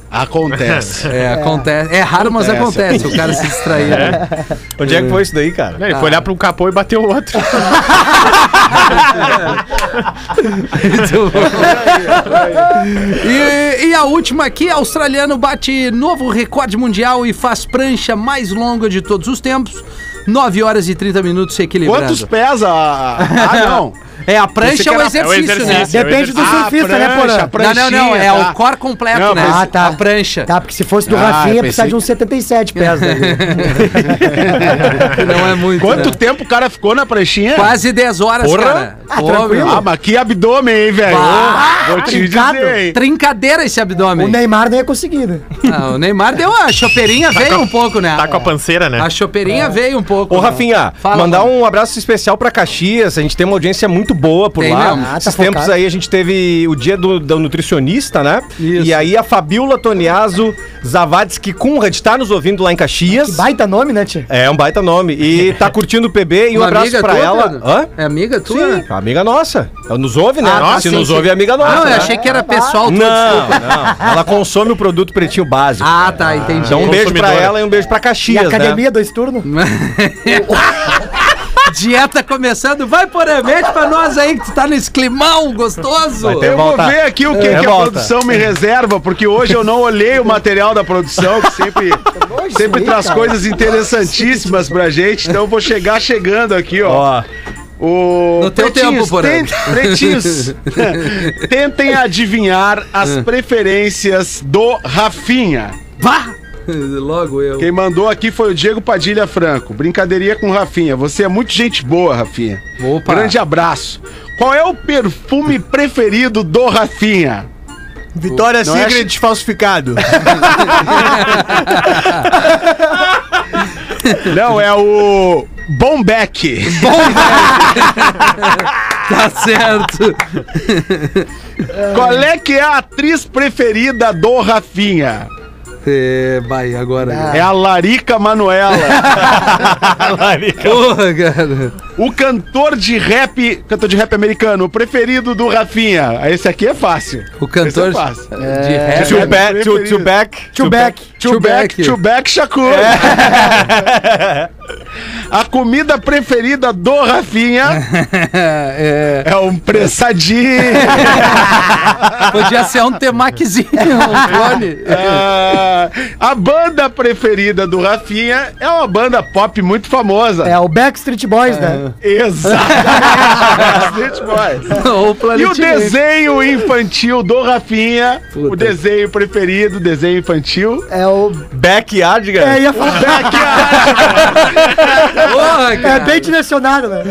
S9: Acontece.
S4: É, acontece. É raro, mas acontece. O cara se distraiu. né?
S11: Onde é que foi isso daí, cara?
S7: Ele foi olhar pra um capô e bateu o outro.
S4: Muito bom. e, e a última aqui, australiano bate novo recorde mundial e faz prancha mais longa de todos os tempos. 9 horas e 30 minutos se equilibrando.
S9: Quantos pesa? Ah, não.
S4: É, a prancha
S9: um
S4: é o
S7: É o
S4: exercício, né?
S7: exercício.
S6: Depende do
S9: Ah,
S6: surfista, né,
S9: prancha,
S4: Não,
S6: Porã?
S4: não, não. É
S9: Pranchinha, tá.
S4: o core completo,
S9: Não,
S4: né?
S9: mas-
S6: Ah, tá.
S4: A prancha.
S6: Tá, porque se fosse do
S9: Ah,
S6: Rafinha,
S9: eu
S6: precisar
S9: pensei
S6: de uns 77 pés. Né?
S4: Que Não é muito.
S9: Quanto
S4: né?
S9: tempo o cara ficou na pranchinha?
S4: Quase 10 horas,
S9: Porra.
S4: cara.
S6: Ah,
S4: Pô,
S6: tranquilo.
S9: Ah, mas que abdômen, hein, velho?
S4: Bah,
S9: Vou te
S6: trincado.
S9: dizer, hein?
S4: Trincadeira esse abdômen.
S6: o Neymar não ia conseguir, né?
S4: Ah, o Neymar deu a chopeirinha, veio um pouco, né?
S7: Tá com a panceira, né?
S4: A chopeirinha veio um pouco.
S11: Ô,
S4: né?
S11: Rafinha,
S4: Fala,
S11: mandar
S4: mano.
S11: um abraço especial pra Caxias. A gente tem uma audiência muito boa por
S4: Tem
S11: lá.
S4: mesmo. Ah,
S6: tá
S11: Esses tempos
S6: focado.
S11: aí a gente teve o dia do, do nutricionista, né?
S4: Isso.
S11: E aí a Fabiola Toniaso Zavadski Kunrad tá nos ouvindo lá em Caxias.
S6: Baita nome, né, tio?
S11: É um baita nome. E tá curtindo o PB e um
S4: Uma
S11: abraço
S4: amiga
S11: pra
S4: tua,
S11: ela.
S4: Pedro?
S11: Hã?
S4: É amiga tua?
S11: Sim,
S4: né?
S11: amiga nossa. Ela nos ouve, né?
S4: Ah, tá,
S11: Se
S4: sim,
S11: nos
S4: sim.
S11: ouve, é amiga nossa.
S4: não,
S11: né?
S4: eu achei que era pessoal.
S11: Não,
S4: tua, desculpa.
S11: não. Ela consome o produto pretinho básico.
S4: Ah, tá, entendi.
S11: Então um beijo pra
S7: consumidora.
S11: ela e um beijo pra
S6: E
S11: Caxias,
S6: a
S11: né?
S6: academia, dois turnos.
S4: Dieta começando. Vai, porém, mete pra nós aí que tu tá nesse climão gostoso.
S11: Vai ter
S9: Eu vou
S11: volta. É,
S9: ver aqui o que, que a
S11: Revolta.
S9: produção me reserva, porque hoje eu não olhei o material da produção, que sempre, sempre traz coisas interessantíssimas pra gente. Então eu vou chegar chegando aqui, ó.
S11: Ó,
S9: O
S4: No teu tempo, Porã.
S9: ten- Pretinhos, tentem adivinhar as preferências do Rafinha.
S4: Vá! Logo eu.
S9: Quem mandou aqui foi o Diego Padilha Franco. Brincadeirinha com o Rafinha. Você é muito gente boa, Rafinha.
S4: Opa.
S9: Grande abraço. Qual é o perfume preferido do Rafinha?
S5: Vitória
S9: Não é
S5: Secret falsificado.
S9: Não, é o Bombeck.
S4: Tá certo.
S9: Qual é que é a atriz preferida do Rafinha?
S4: É, vai, agora.
S9: É a Larica Manuela.
S4: Porra, cara.
S9: o cantor de rap, cantor de rap americano, o preferido do Rafinha. Ah, Esse aqui é fácil.
S4: O cantor
S9: Esse é fácil. é
S4: de rap.
S9: Tio-
S11: Tupac, Tu- Tupac.
S6: Tubac.
S9: Tubac,
S4: Tupac. É.
S9: Tubac Shakur. a comida preferida do Rafinha
S4: É,
S9: é um pressadinho.
S4: é, podia ser um temaquezinho, um clone.
S9: Ah, a banda preferida do Rafinha é uma banda pop muito famosa.
S6: É o Backstreet Boys, né?
S9: Exato. Backstreet Boys.
S4: Ou um
S9: E o
S4: Planet Ramp.
S9: desenho infantil do Rafinha, o
S4: Puta.
S9: desenho preferido, desenho infantil.
S6: É o.
S11: Backyard,
S6: É,
S11: cara.
S6: ia falar.
S4: Porra,
S6: É
S4: cara.
S6: bem direcionado, né?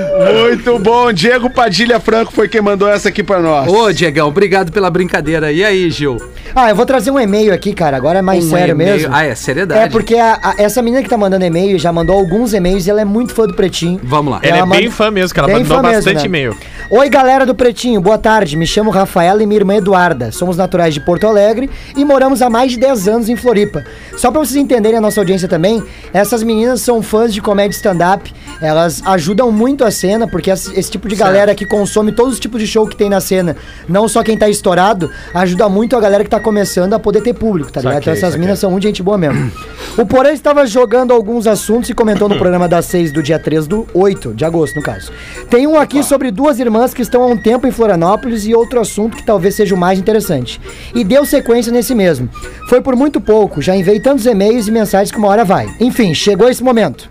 S9: Muito bom. Diego Padilha Franco foi quem mandou essa aqui pra nós.
S4: Ô, Diegão, obrigado pela brincadeira. E aí, Gil?
S6: Ah, eu vou trazer um e-mail aqui, cara. Agora é mais
S4: Um
S6: sério
S4: e-mail-
S6: mesmo.
S4: Ah, é seriedade.
S6: É porque a- a- essa menina que tá mandando e-mail já mandou alguns e-mails e ela é muito fã do Pretinho.
S4: Vamos lá.
S7: Ela é
S6: Ela
S7: bem
S6: manda-
S7: fã mesmo, que ela
S6: Bem
S7: mandou
S6: fã mesmo,
S7: bastante
S6: né?
S7: e-mail.
S6: Oi, galera do Pretinho, boa tarde. Me chamo Rafaela e minha irmã Eduarda. Somos naturais de Porto Alegre e moramos há mais de 10 anos em Floripa. Só pra vocês entenderem a nossa audiência também, essas meninas são fãs de comédia stand-up. Elas ajudam muito a cena, porque esse, esse tipo de galera que consome todos os tipos de show que tem na cena, não só quem tá estourado, ajuda muito a galera que tá começando a poder ter público, tá ligado? então essas meninas são muito gente boa mesmo. O Porã estava jogando alguns assuntos e comentou no programa das 6 do dia 3 do 8 de agosto, no caso. Tem um aqui sobre duas irmãs que estão há um tempo em Florianópolis e outro assunto que talvez seja o mais interessante. E deu sequência nesse mesmo. Foi por muito pouco, já enviei tantos e-mails e mensagens que uma hora vai. Enfim, chegou esse momento.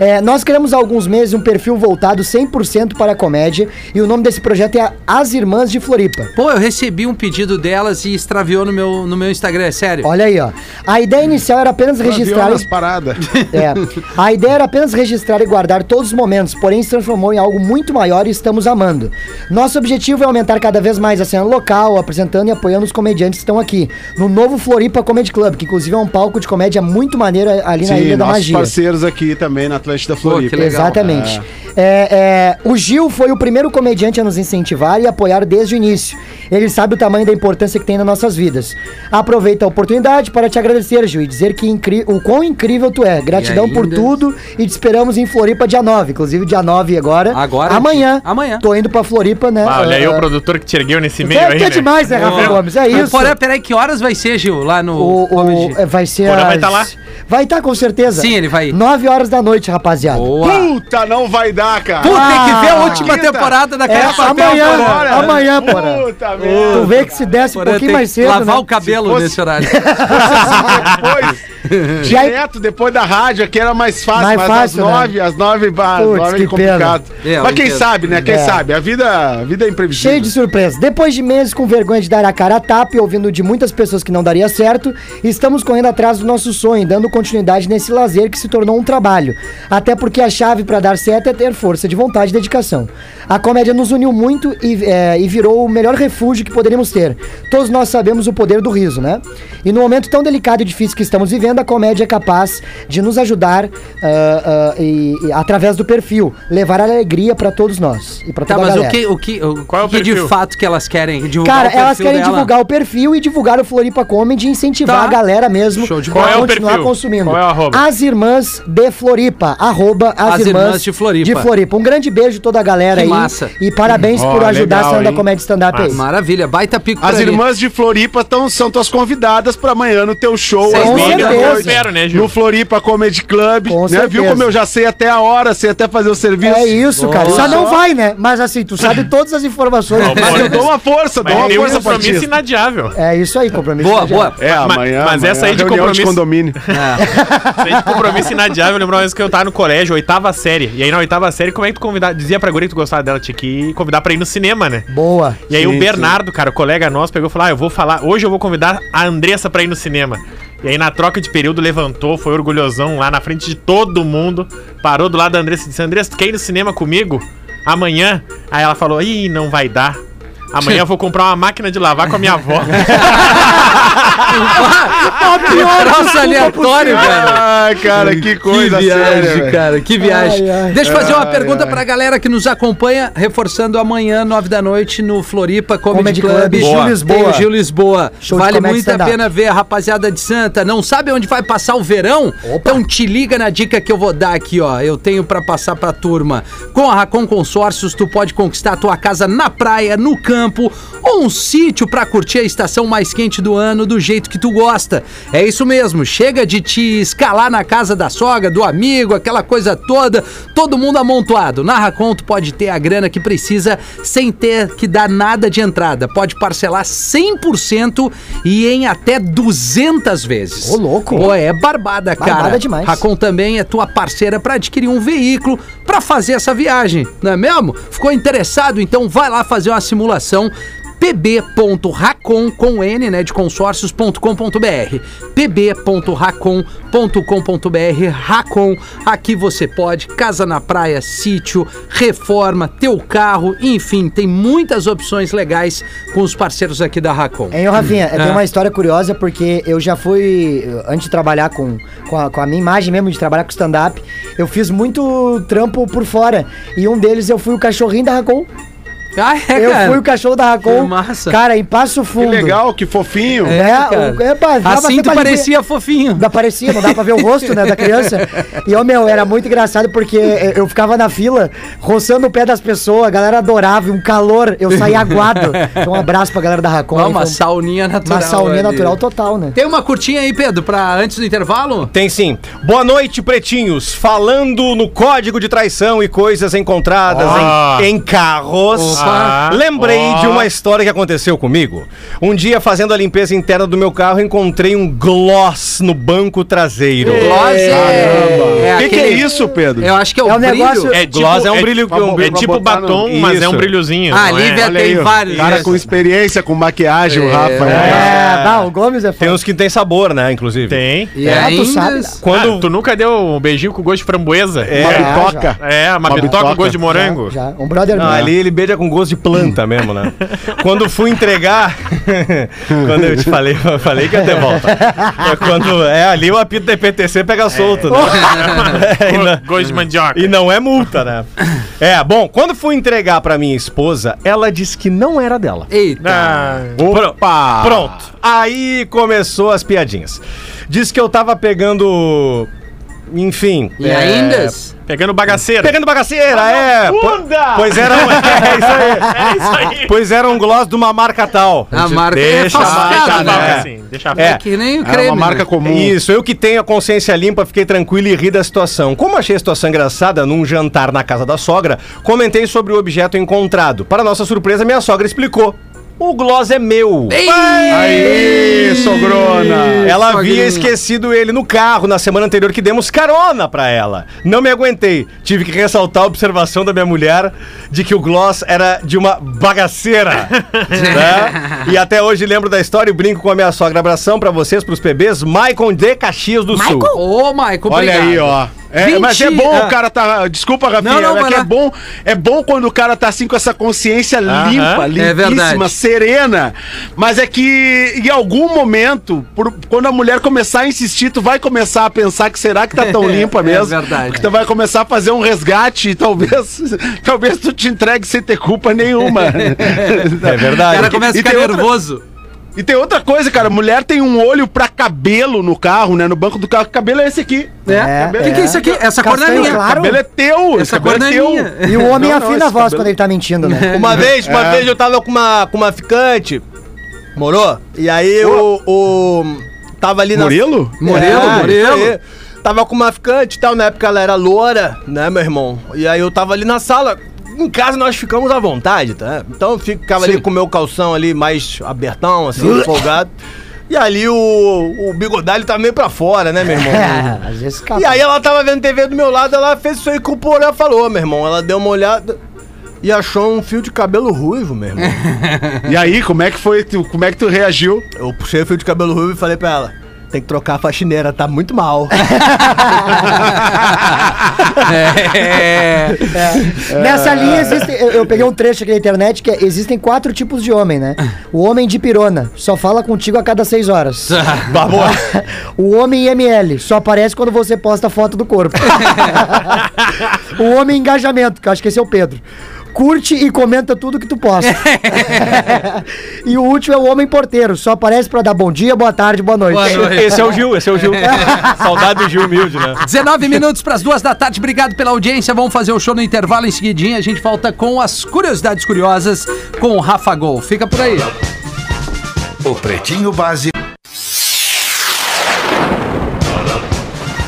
S6: É, nós criamos há alguns meses um perfil voltado 100% para a comédia e o nome desse projeto é As Irmãs de Floripa.
S4: Pô, eu recebi um pedido delas e extraviou no meu, no meu Instagram, é sério.
S6: Olha aí, ó. A ideia inicial era apenas
S9: Tá
S6: registrar.
S9: As paradas.
S6: É. A ideia era apenas registrar e guardar todos os momentos, porém se transformou em algo muito maior e estamos amando. Nosso objetivo é aumentar cada vez mais a cena local, apresentando e apoiando os comediantes que estão aqui, no novo Floripa Comedy Club, que inclusive é um palco de comédia muito maneiro ali na Ilha da
S9: nossos
S6: Magia.
S9: parceiros aqui também na Atlântida
S4: que
S9: Floripa.
S4: legal.
S6: Exatamente. É, é, o Gil foi o primeiro comediante a nos incentivar e apoiar desde o início. Ele sabe o tamanho da importância que tem nas nossas vidas. Aproveita a oportunidade para te agradecer, Gil, e dizer que incri- o quão incrível tu é. Gratidão por
S4: ainda-
S6: tudo e te esperamos em Floripa dia 9. Inclusive, dia 9 agora.
S4: Agora?
S6: Amanhã.
S4: Amanhã.
S6: Tô indo pra Floripa, né?
S7: Ah, olha aí
S6: Ah,
S7: o produtor que te ergueu nesse
S6: é,
S7: meio aí,
S6: que é
S7: né?
S6: demais, né, Rafa Gomes? É isso.
S4: Porã, peraí, que horas vai ser, Gil, lá no
S6: O, o,
S4: Comedy?
S6: é, vai ser.
S7: Porã vai
S6: às-
S7: tá lá?
S6: Vai estar, com certeza.
S4: Sim, ele vai.
S6: 9 horas da noite, rapaziada.
S4: Boa.
S9: Puta, não vai dar, cara.
S4: Pô, tem que ver a
S6: Ah,
S4: última
S9: quinta.
S4: temporada da
S6: É,
S4: Casa Papel.
S6: amanhã,
S4: Porã.
S9: Bora.
S6: amanhã, porra.
S9: Puta merda.
S6: Tu vê que se desse um
S4: Porã, tem
S6: pouquinho mais
S4: que
S6: cedo.
S4: Lavar
S6: né? Tá,
S4: o cabelo
S9: fosse-
S4: nesse horário.
S9: Depois, direto, depois da rádio, aqui era mais fácil,
S6: Mais
S9: mas
S6: fácil,
S9: às
S6: né?
S9: nove, às nove, bah, às
S6: Putz,
S9: nove é
S6: que pena.
S9: complicado.
S4: É, eu
S9: mas quem
S4: entendo.
S9: sabe, né? Quem
S6: É.
S9: sabe? A vida, a vida é imprevisível.
S6: Cheio de surpresa. Depois de meses com vergonha de dar a cara a tapa e ouvindo de muitas pessoas que não daria certo, estamos correndo atrás do nosso sonho, dando continuidade nesse lazer que se tornou um trabalho. Até porque a chave para dar certo é ter força de vontade e dedicação. A comédia nos uniu muito e, é, e virou o melhor refúgio que poderíamos ter. Todos nós sabemos o poder do riso, né? E no momento tão delicado e difícil que estamos vivendo, a comédia é capaz de nos ajudar ah, ah, e, e através do perfil, levar alegria para todos nós e para
S4: Tá,
S6: toda a
S4: mas o
S6: galera.
S4: que, o que, o
S7: Qual é o
S4: que de
S7: perfil?
S4: fato que elas querem divulgar?
S6: Cara,
S4: o perfil
S6: elas querem
S4: dela?
S6: divulgar o perfil e divulgar o Floripa Comedy e incentivar
S4: Tá.
S6: a galera mesmo
S4: Show de
S7: bola. Qual é o
S6: continuar
S7: perfil?
S6: consumindo.
S7: Qual é o arroba?
S6: As Irmãs de Floripa. Arroba as, irmãs, de, Floripa. Um grande beijo a toda a galera
S4: Que
S6: aí.
S4: massa.
S6: E parabéns
S9: Ó,
S6: por ajudar
S9: legal,
S6: a cena da
S9: hein?
S6: comédia stand-up aí.
S4: Maravilha, baita pico
S9: As
S4: pra mim.
S9: irmãs de Floripa tão, são tuas convidadas pra amanhã no teu show.
S4: Com
S9: às nove da
S6: certeza.
S9: noite,
S6: Eu
S7: espero, né, Gil?
S9: No Floripa Comedy Club.
S6: Com
S9: né? Viu
S6: certeza.
S9: como eu já sei até a hora, sei até fazer o serviço.
S6: É isso, cara.
S4: Boa.
S6: Só não vai, né? Mas assim, tu sabe todas as informações.
S7: Não,
S9: Mas eu
S7: Olha,
S9: dou uma força, dou
S7: Mas
S9: uma
S7: tem um
S9: força pra ti.
S7: compromisso inadiável.
S6: É isso aí, compromisso.
S4: Boa,
S6: já.
S4: boa.
S9: É, amanhã.
S7: mas essa
S9: amanhã,
S7: aí de
S9: reunião
S7: compromisso-
S9: condomínio.
S7: Sem um compromisso inadiável, eu lembro uma vez que eu tava no colégio, oitava série. E aí na oitava série, como é que tu convidava? Dizia pra guria que tu gostava dela, tinha que convidar pra ir no cinema, né?
S6: Boa.
S7: E aí o Bernardo, cara, o colega nosso, pegou e falou: Ah, eu vou falar, hoje eu vou convidar a Andressa pra ir no cinema. E aí na troca de período levantou, foi orgulhosão lá na frente de todo mundo, parou do lado da Andressa e disse: Andressa, tu quer ir no cinema comigo? Amanhã? Aí ela falou: Ih, não vai dar. Amanhã eu vou comprar uma máquina de lavar com a minha avó.
S4: Um Troço aleatório, velho.
S9: Ai, cara, que coisa
S4: que viagem,
S9: séria, velho.
S4: cara, que viagem.
S6: Ai, ai.
S4: Deixa eu fazer uma pergunta pra galera que nos acompanha, reforçando amanhã, nove da noite, no Floripa Comedy,
S6: Comedy
S4: Club.
S6: Club, Gil
S4: Boa.
S6: Lisboa.
S4: Tem o Gil Lisboa.
S6: Show de
S4: vale
S6: comédia
S4: muito a
S6: stand-up.
S4: pena ver a rapaziada de Santa. Não sabe onde vai passar o verão? Então te liga na dica que eu vou dar aqui, ó. Eu tenho pra passar pra turma. Com a Racon Consórcios, tu pode conquistar a tua casa na praia, no campo, ou um sítio pra curtir a estação mais quente do ano do jeito que tu gosta. É isso mesmo. Chega de te escalar na casa da sogra, do amigo, aquela coisa toda. Todo mundo amontoado. Na Racon, tu pode ter a grana que precisa sem ter que dar nada de entrada. Pode parcelar 100% e em até 200 vezes.
S6: Ô, louco.
S4: Pô, é barbada, cara.
S6: Barbada demais.
S4: Racon também é tua parceira para adquirir um veículo para fazer essa viagem, não é mesmo? Ficou interessado? Então vai lá fazer uma simulação pb.racon com n, né, de consórcios.com.br. pb.racon.com.br. Racon, aqui você pode casa na praia, sítio, reforma, teu carro, enfim, tem muitas opções legais com os parceiros aqui da Racon.
S6: Hein, ô, Rafinha,
S4: É.
S6: tem uma história curiosa porque eu já fui, antes de trabalhar com, com, a, com a minha imagem mesmo, de trabalhar com stand-up, eu fiz muito trampo por fora. E um deles eu fui o cachorrinho da Racon.
S4: Ah, é,
S6: eu fui o cachorro da Racon.
S4: Que massa.
S6: Cara, em Passo
S9: Que
S6: Fundo.
S9: legal, que fofinho.
S6: É,
S4: cara.
S6: o- é, pá, dava
S4: Assim tu
S6: até pra ver-
S4: parecia fofinho.
S6: Dá, parecia, não dá pra ver o rosto, né, da criança. E, ó, meu, era muito engraçado porque eh, eu ficava na fila, roçando o pé das pessoas, a galera adorava, e um calor, eu saía aguado. Então, um abraço pra galera da Racon.
S4: Dá
S6: aí,
S4: uma
S6: foi um-
S4: sauninha natural.
S6: uma sauninha
S4: ali.
S6: natural total, né?
S4: Tem uma curtinha aí, Pedro, pra antes do intervalo?
S11: Tem sim. Boa noite, pretinhos. Falando no código de traição e coisas encontradas em, em carros. Ah, Lembrei de uma história que aconteceu comigo. Um dia, fazendo a limpeza interna do meu carro, encontrei um gloss no banco traseiro.
S4: Gloss é.
S9: O que, que é
S4: aquele-
S9: isso, Pedro?
S4: Eu acho que é o,
S6: É um
S4: brilho.
S6: negócio-
S7: É tipo,
S11: Gloss é um brilho-
S7: É, um- é tipo batom, mas é um
S11: Isso.
S7: brilhozinho.
S4: Ah, a
S7: não
S4: Lívia
S7: é?
S9: Olha
S4: tem
S9: aí, ó.
S4: vários. né?
S9: Cara com experiência, com maquiagem, o Rafa. É.
S6: É, bah, o Gomes é
S11: Tem
S6: foda.
S11: uns que tem sabor, né, inclusive.
S7: Tem.
S4: E
S6: É, tu
S4: ainda...
S6: sabe,
S7: Quando... tu nunca deu um beijinho com gosto de framboesa?
S6: Uma
S7: É,
S4: Ah,
S6: bitoca.
S7: é uma,
S9: Uma
S7: bitoca com
S9: bitoca.
S7: gosto de morango.
S6: Ah, Já, já. Um brother
S11: Não,
S6: meu.
S11: Ah, ali ele beija com gosto de planta mesmo, né? quando fui entregar. quando eu te falei, eu falei que ia ter volta. É quando, é ali o apito da IPTC pega solto, né? É, e não-
S7: Go- Gosto de mandioca.
S11: E não é multa, né? É, bom, quando fui entregar pra minha esposa, ela disse que não era dela.
S4: Eita.
S7: Ah,
S11: Opa! Pronto. Aí começou as piadinhas. Disse que eu tava pegando. Enfim.
S4: E
S11: é,
S4: ainda?
S7: pegando bagaceira.
S11: Pegando bagaceira, é. po- Pois era. É isso aí.
S7: É isso aí.
S11: Pois era um gloss de uma marca tal.
S4: A marca é
S11: deixa a
S7: Deixa
S4: falsificada,
S7: a
S11: marca,
S7: vaca
S11: né?
S4: né?
S7: assim. Deixa a
S11: É.
S7: vaca.
S4: Que nem o
S9: Era
S4: creme.
S9: uma
S4: né?
S9: marca comum.
S11: Isso, eu que tenho a consciência limpa, fiquei tranquilo e ri da situação. Como achei a situação engraçada num jantar na casa da sogra, comentei sobre o objeto encontrado. Para nossa surpresa, minha sogra explicou. O gloss é meu.
S4: Ei!
S9: Aí, sogrona.
S11: Ela
S4: sogrinha.
S11: havia esquecido ele no carro na semana anterior que demos carona pra ela. Não me aguentei. Tive que ressaltar a observação da minha mulher de que o gloss era de uma bagaceira. né? E até hoje lembro da história e brinco com a minha sogra. Abração pra vocês, pros bebês. Maicon de Caxias do Sul.
S4: Ô, Maicon,
S9: Olha aí,
S4: obrigado.
S9: ó. É,
S4: Vinte-
S9: mas é bom
S4: Ah.
S9: o cara tá. Desculpa, Rafinha,
S4: Não, não,
S9: é
S4: vai
S9: que
S4: lá.
S9: é bom, é bom quando o cara tá assim com essa consciência limpa, limpíssima,
S4: É verdade.
S9: serena. Mas é que em algum momento, por- quando a mulher começar a insistir, tu vai começar a pensar que será que tá tão limpa
S4: É
S9: mesmo?
S4: verdade.
S9: Porque tu vai começar a fazer um resgate e talvez, talvez tu te entregue sem ter culpa nenhuma.
S11: É
S4: Ah, O
S11: verdade.
S4: cara começa a
S9: E
S4: ficar
S9: tem outra-
S4: nervoso.
S9: E tem outra coisa, cara, mulher tem um olho pra cabelo no carro, né? No banco do carro, que cabelo é esse aqui.
S4: né? O que, que é isso aqui? Essa cor não é
S6: Castanho
S4: minha.
S6: claro.
S9: Cabelo é teu,
S4: Essa
S9: esse
S4: cor
S9: cabelo
S4: não
S9: é
S4: é
S9: teu.
S4: minha.
S6: E o homem
S9: Não, não,
S6: afina
S9: esse
S6: a voz
S9: cabelo-
S6: quando ele tá mentindo, né?
S9: É.
S11: Uma vez, uma vez eu tava com uma, com uma ficante. Morou? E aí o, o. Tava ali na. É,
S9: Murilo?
S4: Morelo,
S11: isso
S4: Morelo.
S11: aí. Tava com uma ficante e tal, na época ela era loura, né, meu irmão? E aí eu tava ali na sala. Em casa nós ficamos à vontade, tá? Então eu ficava ali com o meu calção ali mais abertão, assim, folgado. E ali o, o bigodalho tá meio pra fora, né, meu irmão?
S6: É, às vezes
S11: E aí ela tava vendo TV do meu lado, ela fez isso aí que o Porã falou, meu irmão. Ela deu uma olhada e achou um fio de cabelo ruivo, meu irmão.
S9: E aí, como é que foi? Tu, como é que tu reagiu?
S11: Eu puxei o fio de cabelo ruivo e falei pra ela, tem que trocar a faxineira, tá muito mal.
S4: É.
S6: Nessa linha existe. Eu, eu peguei um trecho aqui na internet que é, existem quatro tipos de homem, né? O homem de pirona, só fala contigo a cada seis horas. o homem IML, só aparece quando você posta foto do corpo. o homem engajamento, que eu acho que esse é o Pedro. Curte e comenta tudo que tu posta. e o último é o homem porteiro, só aparece pra dar bom dia, boa tarde, boa noite.
S4: Boa noite.
S11: Esse é o Gil, esse é o Gil. Saudade do Gil humilde, né?
S4: 19 minutos para as duas da tarde. Obrigado pela audiência. Vamos fazer o show no intervalo em seguidinha. A gente volta com as curiosidades curiosas com o Rafa Gol. Fica por aí.
S2: O Pretinho Básico.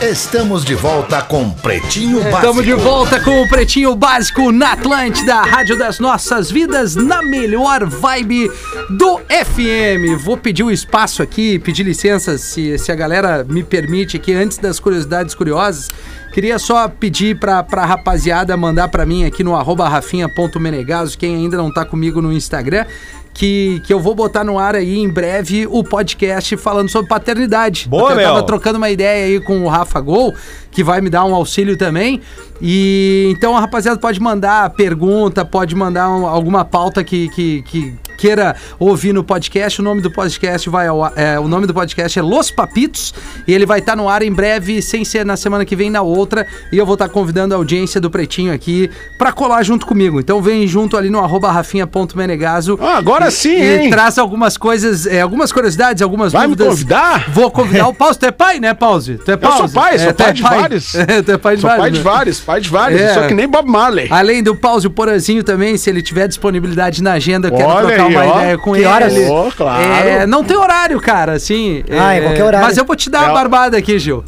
S2: Estamos de volta com Pretinho Básico.
S4: Estamos de volta com o Pretinho Básico na Atlântida, a Rádio das Nossas Vidas, na melhor vibe do FM. Vou pedir o espaço aqui, pedir licença, se, se a galera me permite aqui, antes das curiosidades curiosas, queria só pedir pra, pra rapaziada mandar pra mim aqui no arroba rafinha.menegaso, quem ainda não tá comigo no Instagram, que, que eu vou botar no ar aí em breve o podcast falando sobre paternidade.
S11: Boa,
S4: Até eu tava
S11: meu.
S4: trocando uma ideia aí com o Rafa Gol, que vai me dar um auxílio também. E então a rapaziada pode mandar pergunta, pode mandar um- alguma pauta que, que, que queira ouvir no podcast. O nome do podcast vai ao, é, o nome do podcast é Los Papitos e ele vai estar no ar em breve, sem ser na semana que vem na outra. E eu vou estar convidando a audiência do Pretinho aqui pra colar junto comigo. Então vem junto ali no arroba rafinha.menegaso.
S9: Ah, agora sim,
S4: e
S9: hein?
S4: traz algumas coisas, é, algumas curiosidades, algumas
S9: Vai me
S4: dúvidas.
S9: convidar?
S4: Vou convidar o Pause. Tu é pai, né, Pause? Tu é
S9: Eu
S4: Pause?
S9: sou pai, sou
S4: É, tu
S9: pai
S4: é
S9: de vários.
S4: É, tu é pai de
S9: Sou
S4: vários.
S9: pai de
S4: né?
S9: vários, pai de vários.
S4: É.
S9: Só que nem Bob Marley.
S4: Além do Pause, o Poranzinho também, se ele tiver disponibilidade na agenda, eu quero
S9: Olha
S4: trocar
S9: aí,
S4: uma
S9: ó.
S4: ideia com
S6: Que
S4: ele.
S6: horas?
S9: Ó, claro.
S4: É, não tem horário, cara, assim.
S6: Ah, em qualquer horário.
S9: É
S4: Mas eu vou te dar uma barbada aqui, Gil.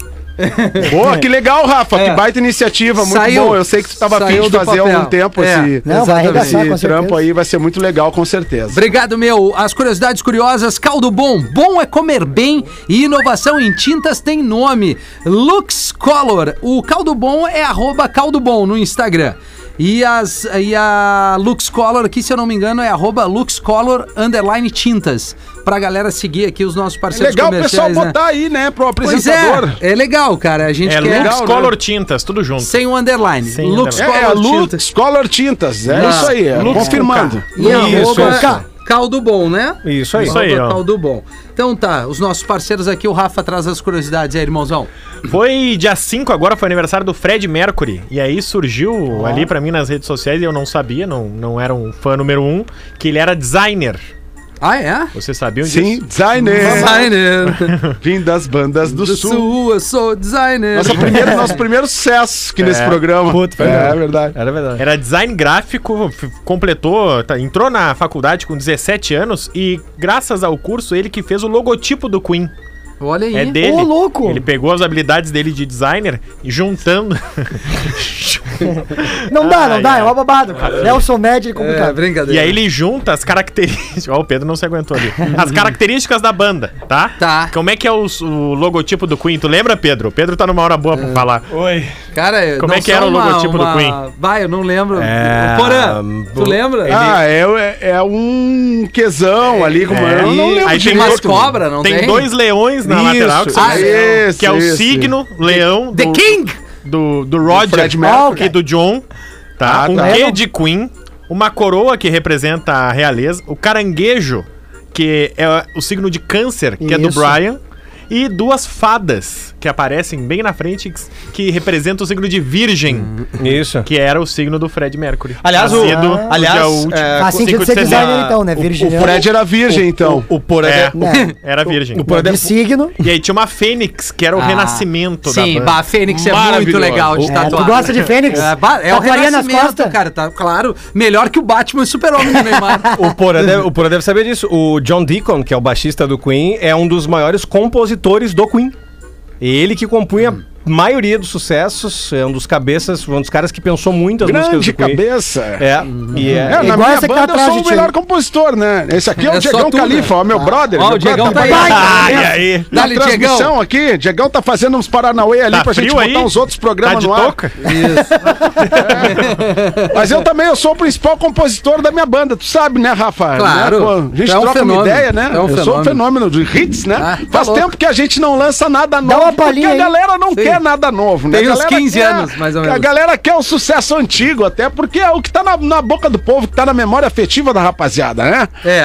S9: Boa, que legal, Rafa.
S4: É.
S9: Que baita iniciativa. Muito
S4: Saiu.
S9: bom. Eu sei que tu tava afim
S4: Saiu
S9: de
S4: do
S9: fazer há
S4: papel.
S9: algum tempo
S4: É.
S9: esse,
S6: Não, vai
S4: Exatamente.
S6: arregaçar com
S9: esse trampo
S6: certeza.
S9: aí. Vai ser muito legal, com certeza.
S4: Obrigado, meu. As curiosidades curiosas, caldo bom. Bom é comer bem e inovação em tintas tem nome. Lux Color. O caldo bom é arroba caldo bom no Instagram. E, as, e a Lux Color aqui, se eu não me engano, é arroba Lux Color underline tintas. Pra galera seguir aqui os nossos
S9: É
S4: parceiros
S9: legal o
S4: comerciais,
S9: pessoal
S4: né?
S9: botar aí, né, pro
S4: Pois
S9: apresentador.
S4: é, é legal, cara. A gente
S7: É
S4: quer... né?
S7: Lux Color Tintas, tudo junto.
S4: Sem o underline.
S7: Sem
S4: Lux
S9: É,
S4: Color
S9: é,
S4: Tintas.
S9: Lux Color Tintas. É
S4: Ah,
S9: isso aí. é.
S7: Lux
S9: Confirmando.
S4: E arroba
S11: isso.
S4: ca- caldo bom, né?
S11: Isso aí.
S7: Isso aí,
S4: Arroba
S7: ó.
S4: caldo bom. Então tá, os nossos parceiros aqui, o Rafa traz as curiosidades aí, irmãozão.
S7: Foi dia 5 agora, foi aniversário do Fred Mercury. E aí surgiu ali pra mim nas redes sociais, e eu não sabia, não, não era um fã número um, que ele era designer.
S4: Ah, é?
S7: Vocês sabiam
S9: Sim,
S7: disso?
S9: designer.
S4: Designer
S9: Vim das bandas do,
S4: do
S9: É. Sul.
S4: Sul, eu sou designer.
S9: Nossa primeira, nosso primeiro sucesso aqui nesse programa.
S7: puta,
S9: é,
S7: verdade.
S9: verdade.
S11: Era verdade.
S7: É. Era design gráfico, f- completou, tá, entrou na faculdade com 17 anos e graças ao curso ele que fez o logotipo do Queen.
S4: Olha aí.
S7: É dele.
S6: Ô, louco!
S7: Ele pegou as habilidades dele de designer e juntando.
S6: Não dá, não
S7: Ai,
S6: dá,
S7: ai.
S6: é uma babado. cara. Nelson Med é
S4: É,
S6: complicado.
S4: brincadeira.
S7: E aí ele junta as características. Ó, o Pedro não se aguentou ali. As características da banda, tá?
S4: Tá.
S7: Como é que é o, o logotipo do Queen? Tu lembra, Pedro? O Pedro tá numa hora boa
S9: É.
S7: pra falar.
S11: Oi.
S4: Cara,
S7: Como
S4: não
S7: é que era
S4: só
S7: o logotipo do Queen?
S4: Vai, eu não lembro.
S11: É,
S4: Porã,
S11: hum,
S4: tu lembra?
S9: Ah, é, é, é um quesão ali, como
S7: É,
S9: é. eu não
S7: e-
S9: lembro
S7: aí
S4: tem
S7: tem
S4: umas
S7: outro.
S4: cobras, não tem?
S7: Tem dois leões na
S11: Isso.
S7: lateral, que, são-
S4: Ah,
S7: que é o
S9: isso,
S7: signo leão
S4: The
S7: do,
S4: King!
S7: do, do Roger
S9: Fred Mercury.
S7: e do John. Tá?
S9: Ah,
S7: um
S9: tá.
S7: quê de Queen, uma coroa que representa a realeza, o caranguejo, que é o signo de câncer, que é do
S6: Isso.
S7: Brian. E duas fadas que aparecem bem na frente, que, que representam o signo de Virgem,
S11: Isso.
S7: que era o signo do Fred Mercury.
S11: Aliás, o,
S7: Nascido no dia
S11: aliás
S7: último.
S11: é,
S6: Faz sentido
S7: de
S6: Tá, assim ser
S7: setembro.
S6: designer então, né?
S11: O- o
S9: O
S6: Virginiano.
S9: Fred era virgem, então.
S11: o Porã
S7: É.
S6: né?
S7: Era Virgem.
S11: O Porã
S6: De signo.
S7: E aí tinha uma fênix, que era o
S4: Ah,
S7: renascimento da
S4: Sim,
S7: banda.
S4: bah, Fênix é muito
S9: Maravilhoso.
S4: legal de
S11: É,
S6: É,
S4: tatuar.
S6: tu gosta de Fênix?
S4: É, ba- é o
S6: Tatuaria nas
S4: renascimento,
S6: costas?
S4: cara, tá claro. Melhor que o Batman e o Super-Homem do Neymar.
S11: O Porã deve, o Porã deve saber disso. O John Deacon, que é o baixista do Queen, é um dos maiores compositores do Queen. Ele que compunha
S9: Hum.
S11: a maioria dos sucessos, é um dos cabeças, um dos caras que pensou muito as músicas
S9: Grande
S11: do Queen.
S9: cabeça.
S11: É, e é.
S9: É, na
S6: Igual
S9: minha
S6: essa que tá
S9: banda eu
S6: atrás
S9: sou
S6: de
S9: o
S6: ti.
S9: melhor compositor, né? Esse aqui
S4: É
S9: é, o
S4: só
S9: Diegão
S4: tu,
S9: Califa, ó, meu brother.
S4: Ó,
S9: meu
S4: o Diegão tá
S9: brother
S4: aí.
S7: Ah, e aí?
S9: Na
S4: Dá-lhe,
S9: transmissão
S4: Diegão.
S9: aqui, Diegão tá fazendo uns Paranauê ali
S7: Tá
S9: pra gente
S7: frio
S9: botar
S7: aí?
S9: uns outros
S7: Tá
S9: programas
S7: de
S9: no ar.
S7: touca?
S9: Mas eu também, eu sou o principal compositor da minha banda, tu sabe, né, Rafa?
S4: Claro.
S9: Né? Pô, a gente
S4: Tu é um
S9: troca uma
S4: fenômeno.
S9: ideia, né?
S4: Tu é um
S9: eu sou um fenômeno de hits, né?
S4: Ah, tá
S9: Faz
S4: louco.
S9: tempo que a gente não lança nada novo,
S6: uma
S9: porque
S6: palhinha
S9: a
S6: aí.
S9: galera não
S4: Sim.
S9: quer nada novo, né?
S4: Tem
S9: A
S4: uns
S9: galera
S4: 15
S9: quer-
S4: anos, mais ou
S9: A
S4: menos.
S9: galera quer o sucesso antigo, até porque é o que tá na, na boca do povo, que tá na memória afetiva da rapaziada, né?
S4: É.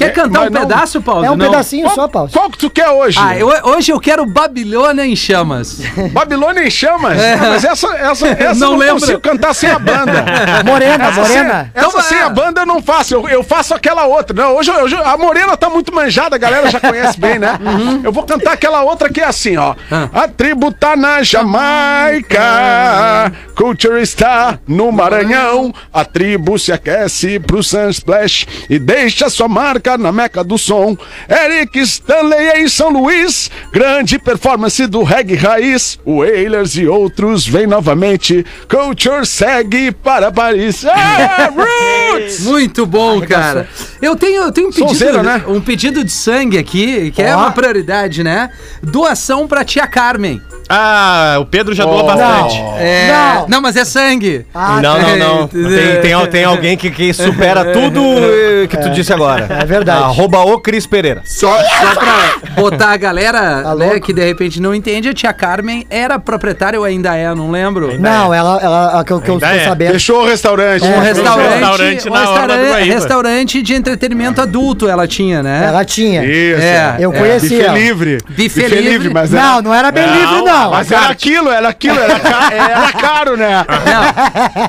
S7: É,
S4: Quer cantar
S9: mas
S4: um
S9: não-
S4: pedaço, Paulo?
S6: É um
S4: Não.
S6: pedacinho só,
S9: qual,
S6: Paulo.
S9: qual que tu quer hoje?
S4: Ah, eu- hoje eu quero Babilônia em Chamas.
S9: Babilônia em chamas? Ah, mas essa, essa, essa
S4: É. Não
S9: eu
S4: lembra.
S9: consigo cantar sem a banda.
S6: Morena,
S9: Essa
S6: morena.
S9: sem- Essa,
S4: Então,
S9: sem
S4: é.
S9: a banda eu não faço, eu, eu faço aquela outra. Não, hoje, eu- hoje a Morena tá muito manjada, a galera já conhece bem, né? Eu vou cantar aquela outra que é assim, ó. A tribo tá na Jamaica, culture está no Maranhão, a tribo se aquece pro Sunsplash e deixa sua marca na meca do som. Eric Stanley em São Luís, grande performance do reggae raiz, o Eilers e outros vêm novamente, culture segue para Paris. Ah, Roots!
S4: Muito bom, cara. Eu tenho, eu tenho um, pedido,
S9: Sonzeira, né?
S4: um pedido de sangue aqui, que é uma prioridade, né? Doação pra tia Carmen.
S7: Ah, o Pedro já
S4: Oh.
S7: doou bastante.
S4: É, não.
S6: Não. Ah.
S4: mas é sangue.
S11: Não, não, não.
S4: é-
S11: Tem, tem, al- tem alguém que, que supera tudo eh, que tu disse agora. É
S6: verdade.
S11: Arroba o Cris Pereira.
S4: Só, só pra botar a galera
S6: Tá
S4: né,
S6: louco?
S4: que de repente não entende, a tia Carmen era proprietária ou ainda é, não lembro.
S6: Não, ela, ela, a que eu, que eu
S7: Ainda
S6: estou
S7: é.
S6: sabendo.
S9: Fechou o restaurante.
S4: Um
S6: é.
S9: Fechou o
S4: restaurante,
S9: restaurante.
S7: restaurante
S4: um
S7: na Orla do
S4: restaurante,
S7: Guaíba.
S4: restaurante de entretenimento adulto ela tinha, né?
S6: Ela tinha.
S9: Isso.
S4: É.
S6: Eu
S4: É.
S6: conhecia.
S9: Buffet
S6: ela.
S9: livre. né?
S4: Buffet
S9: Buffet
S4: livre.
S9: mas era,
S6: Não, não era bem
S7: Não,
S6: livre, não.
S9: mas era aquilo, era aquilo, era, ca- era caro, né?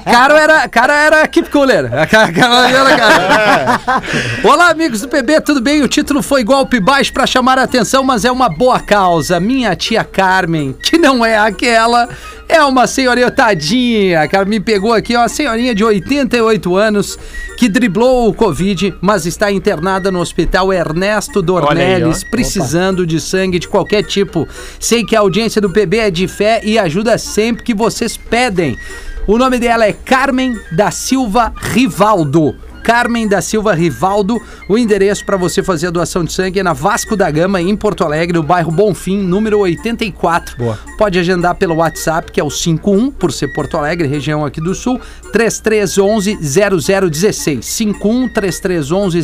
S4: Caro era, cara era keep cooler. A ca- cara era cara. Olá, amigos do PB, tudo bem? O título foi golpe baixo pra chamar a atenção, mas é uma boa causa. Minha tia Carmen, que não é aquela, É uma senhorinha tadinha, cara, me pegou aqui, ó, uma senhorinha de 88 anos que driblou o Covid, mas está internada no hospital Ernesto Dornelles, precisando de sangue de qualquer tipo. Sei que a audiência do PB é de fé e ajuda sempre que vocês pedem. O nome dela é Carmen da Silva Rivaldo. Carmen da Silva Rivaldo. O endereço para você fazer a doação de sangue é na Vasco da Gama, em Porto Alegre, no bairro Bonfim, número 84. Boa. Pode agendar pelo WhatsApp, que é o 51, por ser Porto Alegre, região aqui do Sul, 3311 0016. 51 3311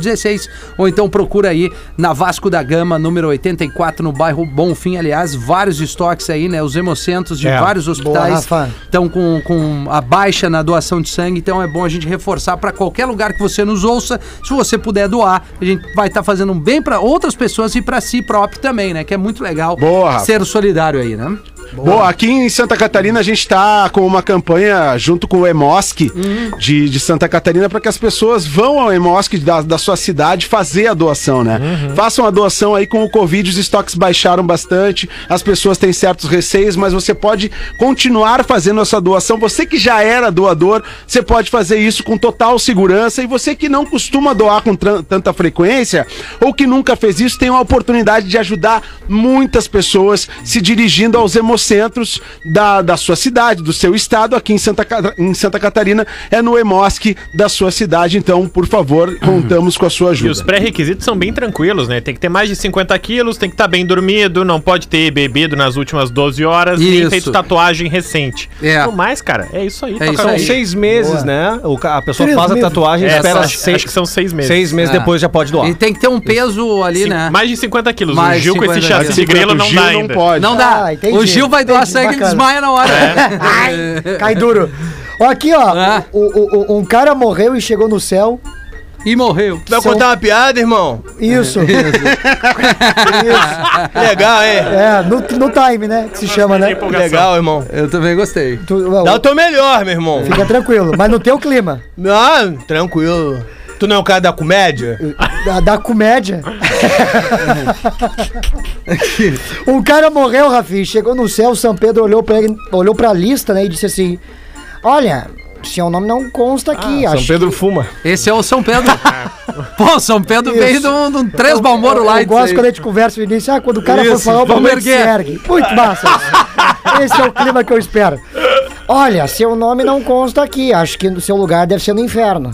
S4: 0016. Ou então procura aí na Vasco da Gama, número 84, no bairro Bonfim. Aliás, vários estoques aí, né? Os hemocentros de vários hospitais
S6: Rafa.
S4: estão Então, com, com a baixa na doação de sangue, então é bom a gente reforçar para qualquer lugar que você nos ouça. Se você puder doar, a gente vai estar fazendo um bem para outras pessoas e para si próprio também, né? Que é muito legal
S9: Boa, Rafa.
S4: ser solidário aí, né?
S9: Boa. aqui em Santa Catarina a gente está com uma campanha junto com o EMOSC de, de Santa Catarina para que as pessoas vão ao EMOSC da, da sua cidade fazer a doação, né? Façam a doação aí com o Covid, os estoques baixaram bastante, as pessoas têm certos receios, mas você pode continuar fazendo a sua doação. Você que já era doador, você pode fazer isso com total segurança e você que não costuma doar com tran- tanta frequência ou que nunca fez isso, tem uma oportunidade de ajudar muitas pessoas se dirigindo aos hemocentros da, da sua cidade, do seu estado, aqui em Santa, Cata- em Santa Catarina, é no Hemosc da sua cidade. Então, por favor, contamos com a sua
S7: E os
S9: ajuda.
S7: pré-requisitos são bem tranquilos, né? Tem que ter mais de 50 quilos, tem que estar bem dormido, não pode ter bebido nas últimas 12 horas, nem
S4: Isso.
S7: feito tatuagem recente.
S4: É.
S7: No mais, cara, é isso aí.
S4: É isso
S11: São
S4: aí.
S11: seis meses,
S4: Ah,
S11: né? O ca- a pessoa
S8: Três
S11: faz a
S8: meses.
S11: tatuagem,
S7: É,
S11: espera
S7: acho,
S11: seis,
S7: acho que são seis meses.
S11: seis meses
S4: Ah.
S11: depois já pode doar.
S4: E tem que ter um peso ali,
S7: Cin-
S4: né?
S7: Mais de 50 quilos.
S4: Mais
S7: o Gil com esse
S4: 50
S7: chassi de
S4: quilos.
S7: grilo não
S9: Gil
S7: dá ainda.
S9: pode.
S4: Não dá.
S6: Ah, entendi.
S4: o Gil vai doar
S6: Entendi,
S4: sangue e
S6: bacana.
S4: desmaia na hora.
S11: É.
S6: Cai duro. Ó, aqui, ó,
S4: Ah.
S6: o- o- o- um cara morreu e chegou no céu.
S4: E morreu.
S11: Vai
S6: São-
S11: contar uma piada, irmão?
S6: Isso. Isso.
S11: Legal, hein?
S6: É, no, no time, né? Que se chama, né?
S11: Legal, irmão.
S4: Eu também gostei.
S6: Tu-
S11: Dá o teu melhor, meu irmão.
S6: Fica tranquilo, mas no teu clima.
S11: Ah, tranquilo. Tu não é o cara da comédia?
S6: Da, da comédia. um cara morreu, Rafi. Chegou no céu, São Pedro olhou pra, ele, olhou pra lista, né? E disse assim: Olha, seu nome não consta aqui. acho
S11: Pedro fuma.
S4: Esse é o São Pedro. Pô, o São Pedro
S6: Isso.
S4: veio de um, de um três
S6: eu,
S4: balmoro lá.
S6: Então, eu gosto quando a gente conversa no início. Ah, quando o cara for
S4: Isso,
S6: falar, o
S4: vamos
S6: Palmeiras se
S4: erguer.
S6: ergue. Muito massa. isso. Esse é o clima que eu espero. Olha, seu nome não consta aqui. Acho que o seu lugar deve ser no inferno.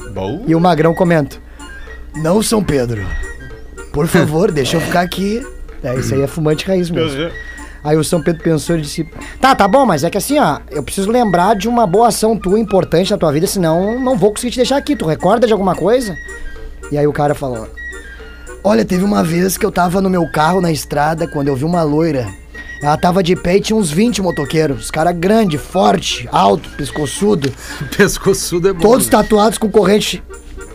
S6: E o Magrão comenta. Não, São Pedro. Por favor, deixa eu ficar aqui. É, isso aí é fumante raiz mesmo. Aí o São Pedro pensou e disse: Tá, tá bom, mas é que assim, ó, eu preciso lembrar de uma boa ação tua importante na tua vida, senão não vou conseguir te deixar aqui. Tu recorda de alguma coisa? E aí o cara falou: Olha, teve uma vez que eu tava no meu carro na estrada quando eu vi uma loira. Ela tava de pé e tinha uns 20 motoqueiros. Os caras grande, forte, alto, pescoçudo.
S4: Pescoçudo é bom.
S6: Todos tatuados com corrente.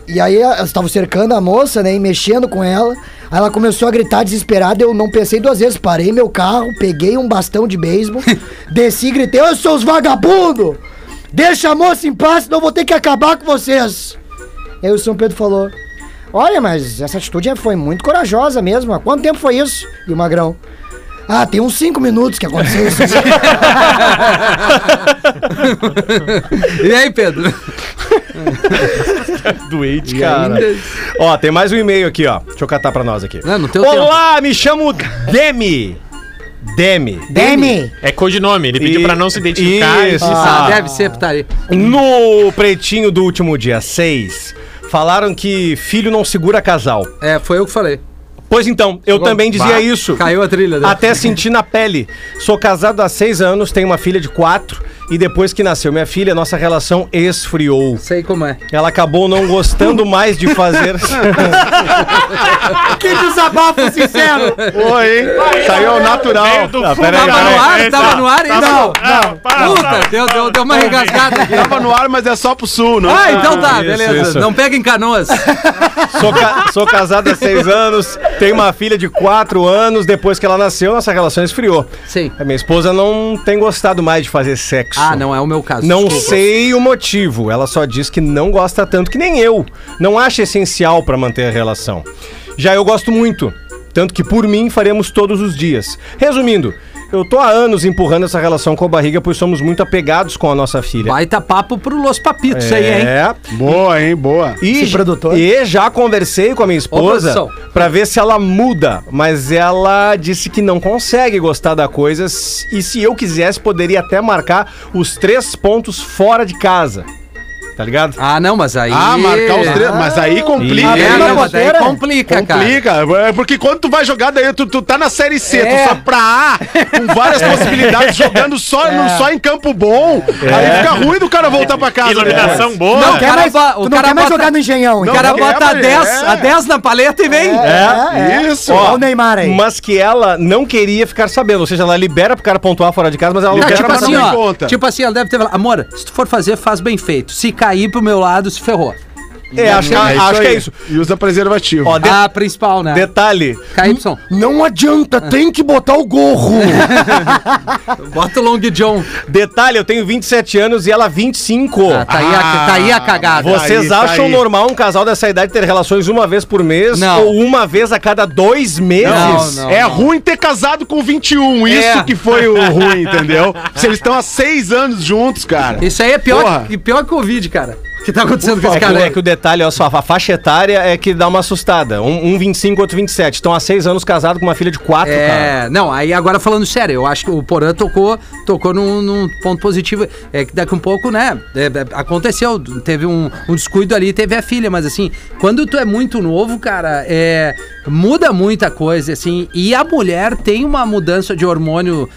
S6: E aí elas estavam cercando a moça, né? E mexendo com ela. Aí ela começou a gritar desesperada. Eu não pensei duas vezes. Parei meu carro, peguei um bastão de beisebol, desci e gritei: Eu sou os vagabundo! Deixa a moça em paz, senão eu vou ter que acabar com vocês! Aí o São Pedro falou: Olha, mas essa atitude é, foi muito corajosa mesmo. Há quanto tempo foi isso? E o Magrão. Ah, tem uns cinco minutos que aconteceu isso.
S4: E aí, Pedro?
S11: Doente, cara. Ó, tem mais um e-mail aqui, ó. Deixa eu catar pra nós aqui.
S4: né? Não, não tem o
S11: Olá, me chamo Demi. Demi.
S6: Demi!
S7: É codinome, ele pediu
S11: E-
S7: pra não se identificar.
S11: Isso.
S4: Ah, deve ser putaria.
S11: No pretinho do último dia 6, falaram que filho não segura casal.
S4: É, foi eu que falei.
S11: Pois então, eu também dizia
S4: Bah,
S11: isso.
S4: Caiu a trilha dele.
S11: Até senti na pele. Sou casado há seis anos, tenho uma filha de quatro. E depois que nasceu minha filha, nossa relação esfriou.
S4: Sei como é.
S11: Ela acabou não gostando mais de fazer.
S6: Que desabafo sincero!
S9: Oi, hein? Saiu ao natural.
S7: do
S11: Ah,
S7: fundo
S11: peraí,
S7: da
S4: Tava no ar?
S7: esse,
S4: Tava
S7: ó.
S4: no ar ainda? Não,
S7: Ah,
S11: tá.
S7: para,
S4: Puta, deu, deu, deu uma engasgada aqui.
S9: Tava no ar, mas é só pro sul, não?
S4: Ah, então tá,
S11: isso,
S4: beleza.
S11: isso.
S4: Não pega em canoas.
S11: sou, ca- sou casado há seis anos, tenho uma filha de quatro anos. Depois que ela nasceu, nossa relação esfriou.
S4: Sim.
S11: A minha esposa não tem gostado mais de fazer sexo.
S4: Ah, não é o meu caso.
S11: Não
S4: desculpa.
S11: sei o motivo, ela só diz que não gosta tanto que nem eu. Não acha essencial pra manter a relação. Já eu gosto muito, tanto que por mim faremos todos os dias. Resumindo, Eu tô há anos empurrando essa relação com a barriga, pois somos muito apegados com a nossa filha.
S4: Baita papo pro Los Papitos aí,
S11: É.
S4: hein?
S9: Boa, hein? Boa.
S11: E,
S6: Esse produtor.
S11: e já conversei com a minha esposa
S4: produção.
S11: pra ver se ela muda, mas ela disse que não consegue gostar da coisa s- e se eu quisesse poderia até marcar os três pontos fora de casa. Tá ligado?
S4: Ah, não, mas aí.
S9: Ah, marcar os três. Mas aí complica.
S4: É,
S9: hein?
S6: na
S4: não, mas aí
S6: boteira?
S4: complica, cara.
S9: Complica, é porque quando tu vai jogar, daí tu, tu tá na série C,
S4: É.
S9: tu só pra A, com várias possibilidades, jogando só, não só em campo bom, aí fica ruim do cara voltar pra casa.
S7: Iluminação
S9: depois.
S7: boa.
S4: né? Não,
S6: Quer
S4: cara
S6: mais,
S4: bo- o
S6: tu não
S4: cara
S6: quer mais
S4: bota-
S6: jogar no Engenhão, então? hein?
S4: O cara
S9: Não, não
S4: bota a
S9: quebra,
S4: 10,
S9: é.
S4: a 10 na paleta e vem.
S6: É, é.
S9: Isso.
S6: Ó, o Neymar aí.
S11: Mas que ela não queria ficar sabendo, ou seja, ela libera pro cara pontuar fora de casa, mas ela não
S4: Não,
S11: quer
S4: tipo
S9: pra
S11: ficar
S4: assim,
S9: não
S11: sabendo.
S9: dar
S4: ó,
S9: conta.
S4: tipo assim, ela deve ter falado, amor, se tu for fazer, faz bem feito. Se cair pro meu lado, se ferrou.
S11: É, acho, que, acho que é
S9: aí.
S11: isso.
S9: E usa preservativo.
S11: Ó, de-
S4: A principal, né?
S11: detalhe,
S4: KY.
S8: Não adianta, tem que botar o gorro.
S4: Bota o Long John.
S11: detalhe, eu tenho 27 anos e ela 25.
S4: Ah, tá, aí a, tá aí a cagada.
S11: Vocês
S9: tá
S11: acham
S9: aí.
S11: normal um casal dessa idade ter relações uma vez por mês
S4: Não.
S11: ou uma vez a cada dois meses?
S4: Não,
S9: é
S4: não.
S9: ruim ter casado com 21, isso
S4: É.
S9: que foi o ruim, entendeu? Se eles estão há seis anos juntos, cara.
S4: Isso aí é pior,
S9: Porra.
S4: que, pior que Covid, cara. O que tá acontecendo com
S11: É
S4: esse
S11: que,
S4: cara?
S11: é que o detalhe, olha só, a faixa etária é que dá uma assustada. Um, um 25, outro 27. Estão há seis anos casados com uma filha de quatro, cara.
S4: É, não, aí agora falando sério, eu acho que o Porã tocou, tocou num, num ponto positivo. É que daqui um pouco, né? é, é, aconteceu, teve um, um descuido ali, teve a filha, mas assim, quando tu é muito novo, cara, é, muda muita coisa, assim. E a mulher tem uma mudança de hormônio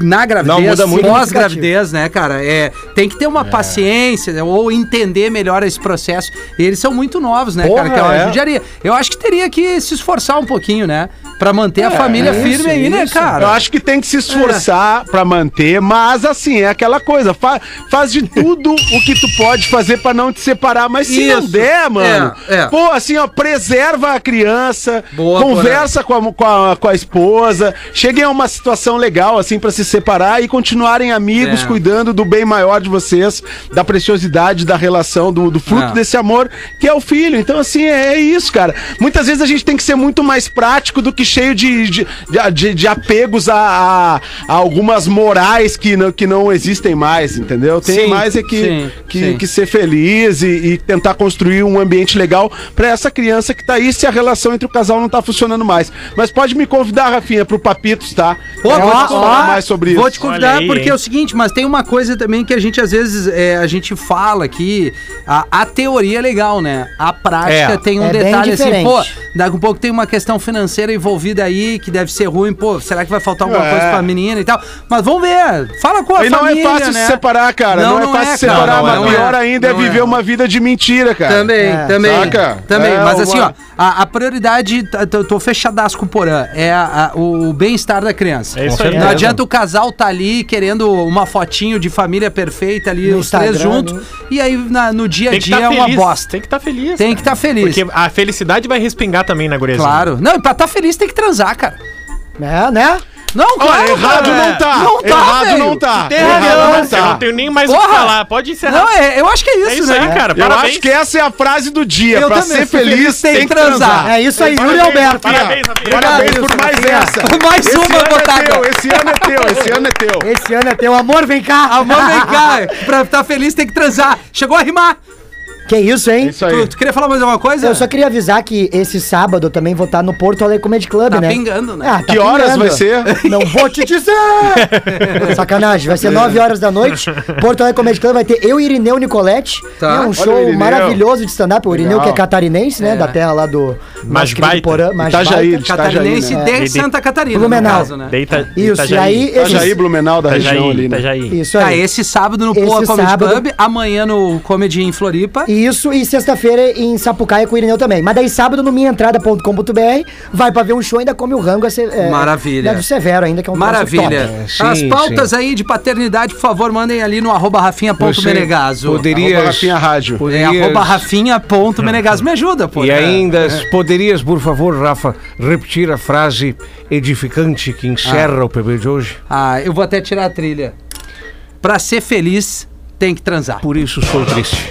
S4: na gravidez,
S11: Não, muda muito.
S4: pós-gravidez, né, cara? É, tem que ter uma paciência né, ou entender melhor esse processo. E eles são muito novos, né,
S11: Porra,
S4: cara? Que é uma
S11: é.
S4: judiaria. Eu acho que teria que se esforçar um pouquinho, né? Pra manter
S11: É,
S4: a família firme aí, né, cara? É.
S9: Eu acho que tem que se esforçar pra manter, mas assim, é aquela coisa, fa- faz de tudo o que tu pode fazer pra não te separar, mas se não
S4: Isso.
S9: der, mano,
S4: É, é.
S9: pô, assim, ó, preserva a criança,
S4: Boa,
S9: conversa com a, mu- com, a, com a esposa, cheguem a uma situação legal, assim, pra se separar e continuarem amigos,
S4: É.
S9: cuidando do bem maior de vocês, da preciosidade da relação, do, do fruto
S4: É.
S9: desse amor, que é o filho. Então, assim, é, é isso, cara. Muitas vezes a gente tem que ser muito mais prático do que cheio de, de, de- de- de apegos a, a- a algumas morais que não, que não existem mais, entendeu? Tem
S4: Sim,
S9: mais é que,
S4: sim,
S9: que,
S4: sim.
S9: que ser feliz e, e tentar construir um ambiente legal pra essa criança que tá aí se a relação entre o casal não tá funcionando mais. Mas pode me convidar, Rafinha, pro Papitos, tá?
S4: Pô,
S9: Eu
S4: vou
S9: posso
S4: te convidar.
S9: falar mais sobre
S4: Vou
S9: isso.
S4: te convidar
S7: Olha aí,
S4: porque
S7: hein?
S4: é o seguinte, mas tem uma coisa também que a gente às vezes é, a gente fala que a, a teoria é legal, né? A prática
S11: É.
S4: tem um
S6: É bem
S4: detalhe assim,
S6: diferente.
S4: pô, daqui a pouco tem uma questão financeira envolvida aí que deve ser ruim, pô, será que vai faltar alguma
S9: É.
S4: coisa pra menina e tal? Mas vamos ver, fala com a
S9: E não
S4: família,
S9: é fácil
S4: né?
S9: se separar, cara. Não,
S4: Não, não
S9: é fácil
S4: é,
S9: se
S4: cara.
S9: separar,
S11: Não,
S9: mas
S11: não é.
S9: pior ainda é
S4: Não é.
S9: viver uma vida de mentira, cara.
S4: Também,
S6: É.
S4: também.
S9: Saca?
S4: Também.
S9: É,
S4: Mas
S9: uma-
S4: assim, ó, a, a prioridade, tá- tô, tô fechadaço com o Porã, é a- a- o, o bem-estar da criança.
S7: É isso aí.
S4: Não adianta o casal tá ali querendo uma fotinho de família perfeita ali,
S6: No
S4: os três
S6: Instagram,
S4: juntos.
S6: né?
S4: E aí na- no dia a
S7: Tem que
S4: dia
S9: tá
S7: estar
S4: é uma
S7: feliz.
S4: bosta.
S7: Tem que estar feliz.
S4: Tem que estar feliz.
S7: Porque a felicidade vai respingar também né, na gurezinha.
S4: Claro. Não, e pra estar feliz tem que transar, cara.
S6: É, né?
S4: Não,
S9: Ó,
S4: claro.
S9: errado
S4: cara.
S9: não tá.
S4: Não tá,
S9: errado
S4: velho.
S9: não tá.
S7: Tem
S9: errado
S7: razão,
S9: não
S7: Eu não
S9: tá.
S7: tenho nem mais o
S4: É, Porra!
S7: que falar. Pode encerrar.
S4: Não, é- eu acho que é isso,
S7: É isso
S4: né?
S7: aí, cara.
S9: Eu
S7: Parabéns.
S9: acho que essa é a frase do dia.
S4: Eu
S9: pra
S4: também,
S9: ser feliz, tem, que transar.
S6: É isso aí, Yuri
S7: Parabéns,
S6: Alberto.
S7: Parabéns, Rafinha.
S9: Parabéns
S6: Obrigado,
S9: por mais
S6: Rafinha.
S9: essa.
S4: Mais
S9: esse
S4: uma
S9: ano
S4: botada.
S9: É teu, esse ano é teu, esse ano é teu.
S6: Esse ano é teu amor, vem cá.
S4: Amor, vem
S9: é
S4: cá. Pra estar feliz tem que transar. Chegou a rimar.
S6: Que isso, hein?
S9: Isso
S4: Tu,
S9: aí.
S4: tu queria falar mais alguma coisa?
S6: Eu só queria avisar que esse sábado eu também vou estar no Porto Alegre Comedy Club,
S4: Tá
S6: né?
S4: pingando, né?
S6: tá
S9: Que horas
S6: pingando.
S9: vai ser?
S6: Não vou te dizer! Sacanagem, vai ser 9 horas da noite. Porto Alegre Comedy Club vai ter eu e Irineu Nicoletti.
S4: Tá.
S6: É um
S4: Olha
S9: o
S6: show
S9: Irineu.
S6: maravilhoso de stand-up. O Irineu, que é catarinense, né? Da terra lá do. nosso
S7: Mas
S6: querido
S7: baita.
S6: mas
S9: Itajaí,
S6: baita.
S9: de
S4: Catarinense
S9: Itajaí, né?
S4: de
S7: É.
S4: Santa Catarina, né?
S6: Blumenau.
S7: Deita,
S6: Isso, e aí.
S4: é
S6: esse-
S9: Itajaí, Blumenau da região
S7: Itajaí,
S9: ali, né?
S7: Itajaí.
S6: Isso
S4: Tá,
S6: aí.
S4: esse sábado no
S6: Esse
S4: Poa Comedy
S6: sábado.
S4: Club, amanhã no Comedy em Floripa.
S6: E Isso, e sexta-feira em Sapucaia com o Irineu também. Mas daí sábado no minhaentrada.com.br vai pra ver um show, ainda come o rango. esse- É,
S4: Maravilha.
S6: né, do Severo ainda, que é um troço top.
S4: Maravilha.
S11: top.
S4: As
S11: Sim,
S4: pautas aí de paternidade, por favor, mandem ali no arroba rafinha.menegaso.
S9: Arroba
S11: Poderias.
S9: Rafinha Rádio.
S4: É arroba rafinha.menegaso. Me ajuda, pô.
S11: E
S4: cara.
S11: ainda, poderias, por favor, Rafa, repetir a frase edificante que encerra o PB de hoje?
S4: Ah, eu vou até tirar a trilha. Pra ser feliz, tem que transar.
S11: Por isso sou triste.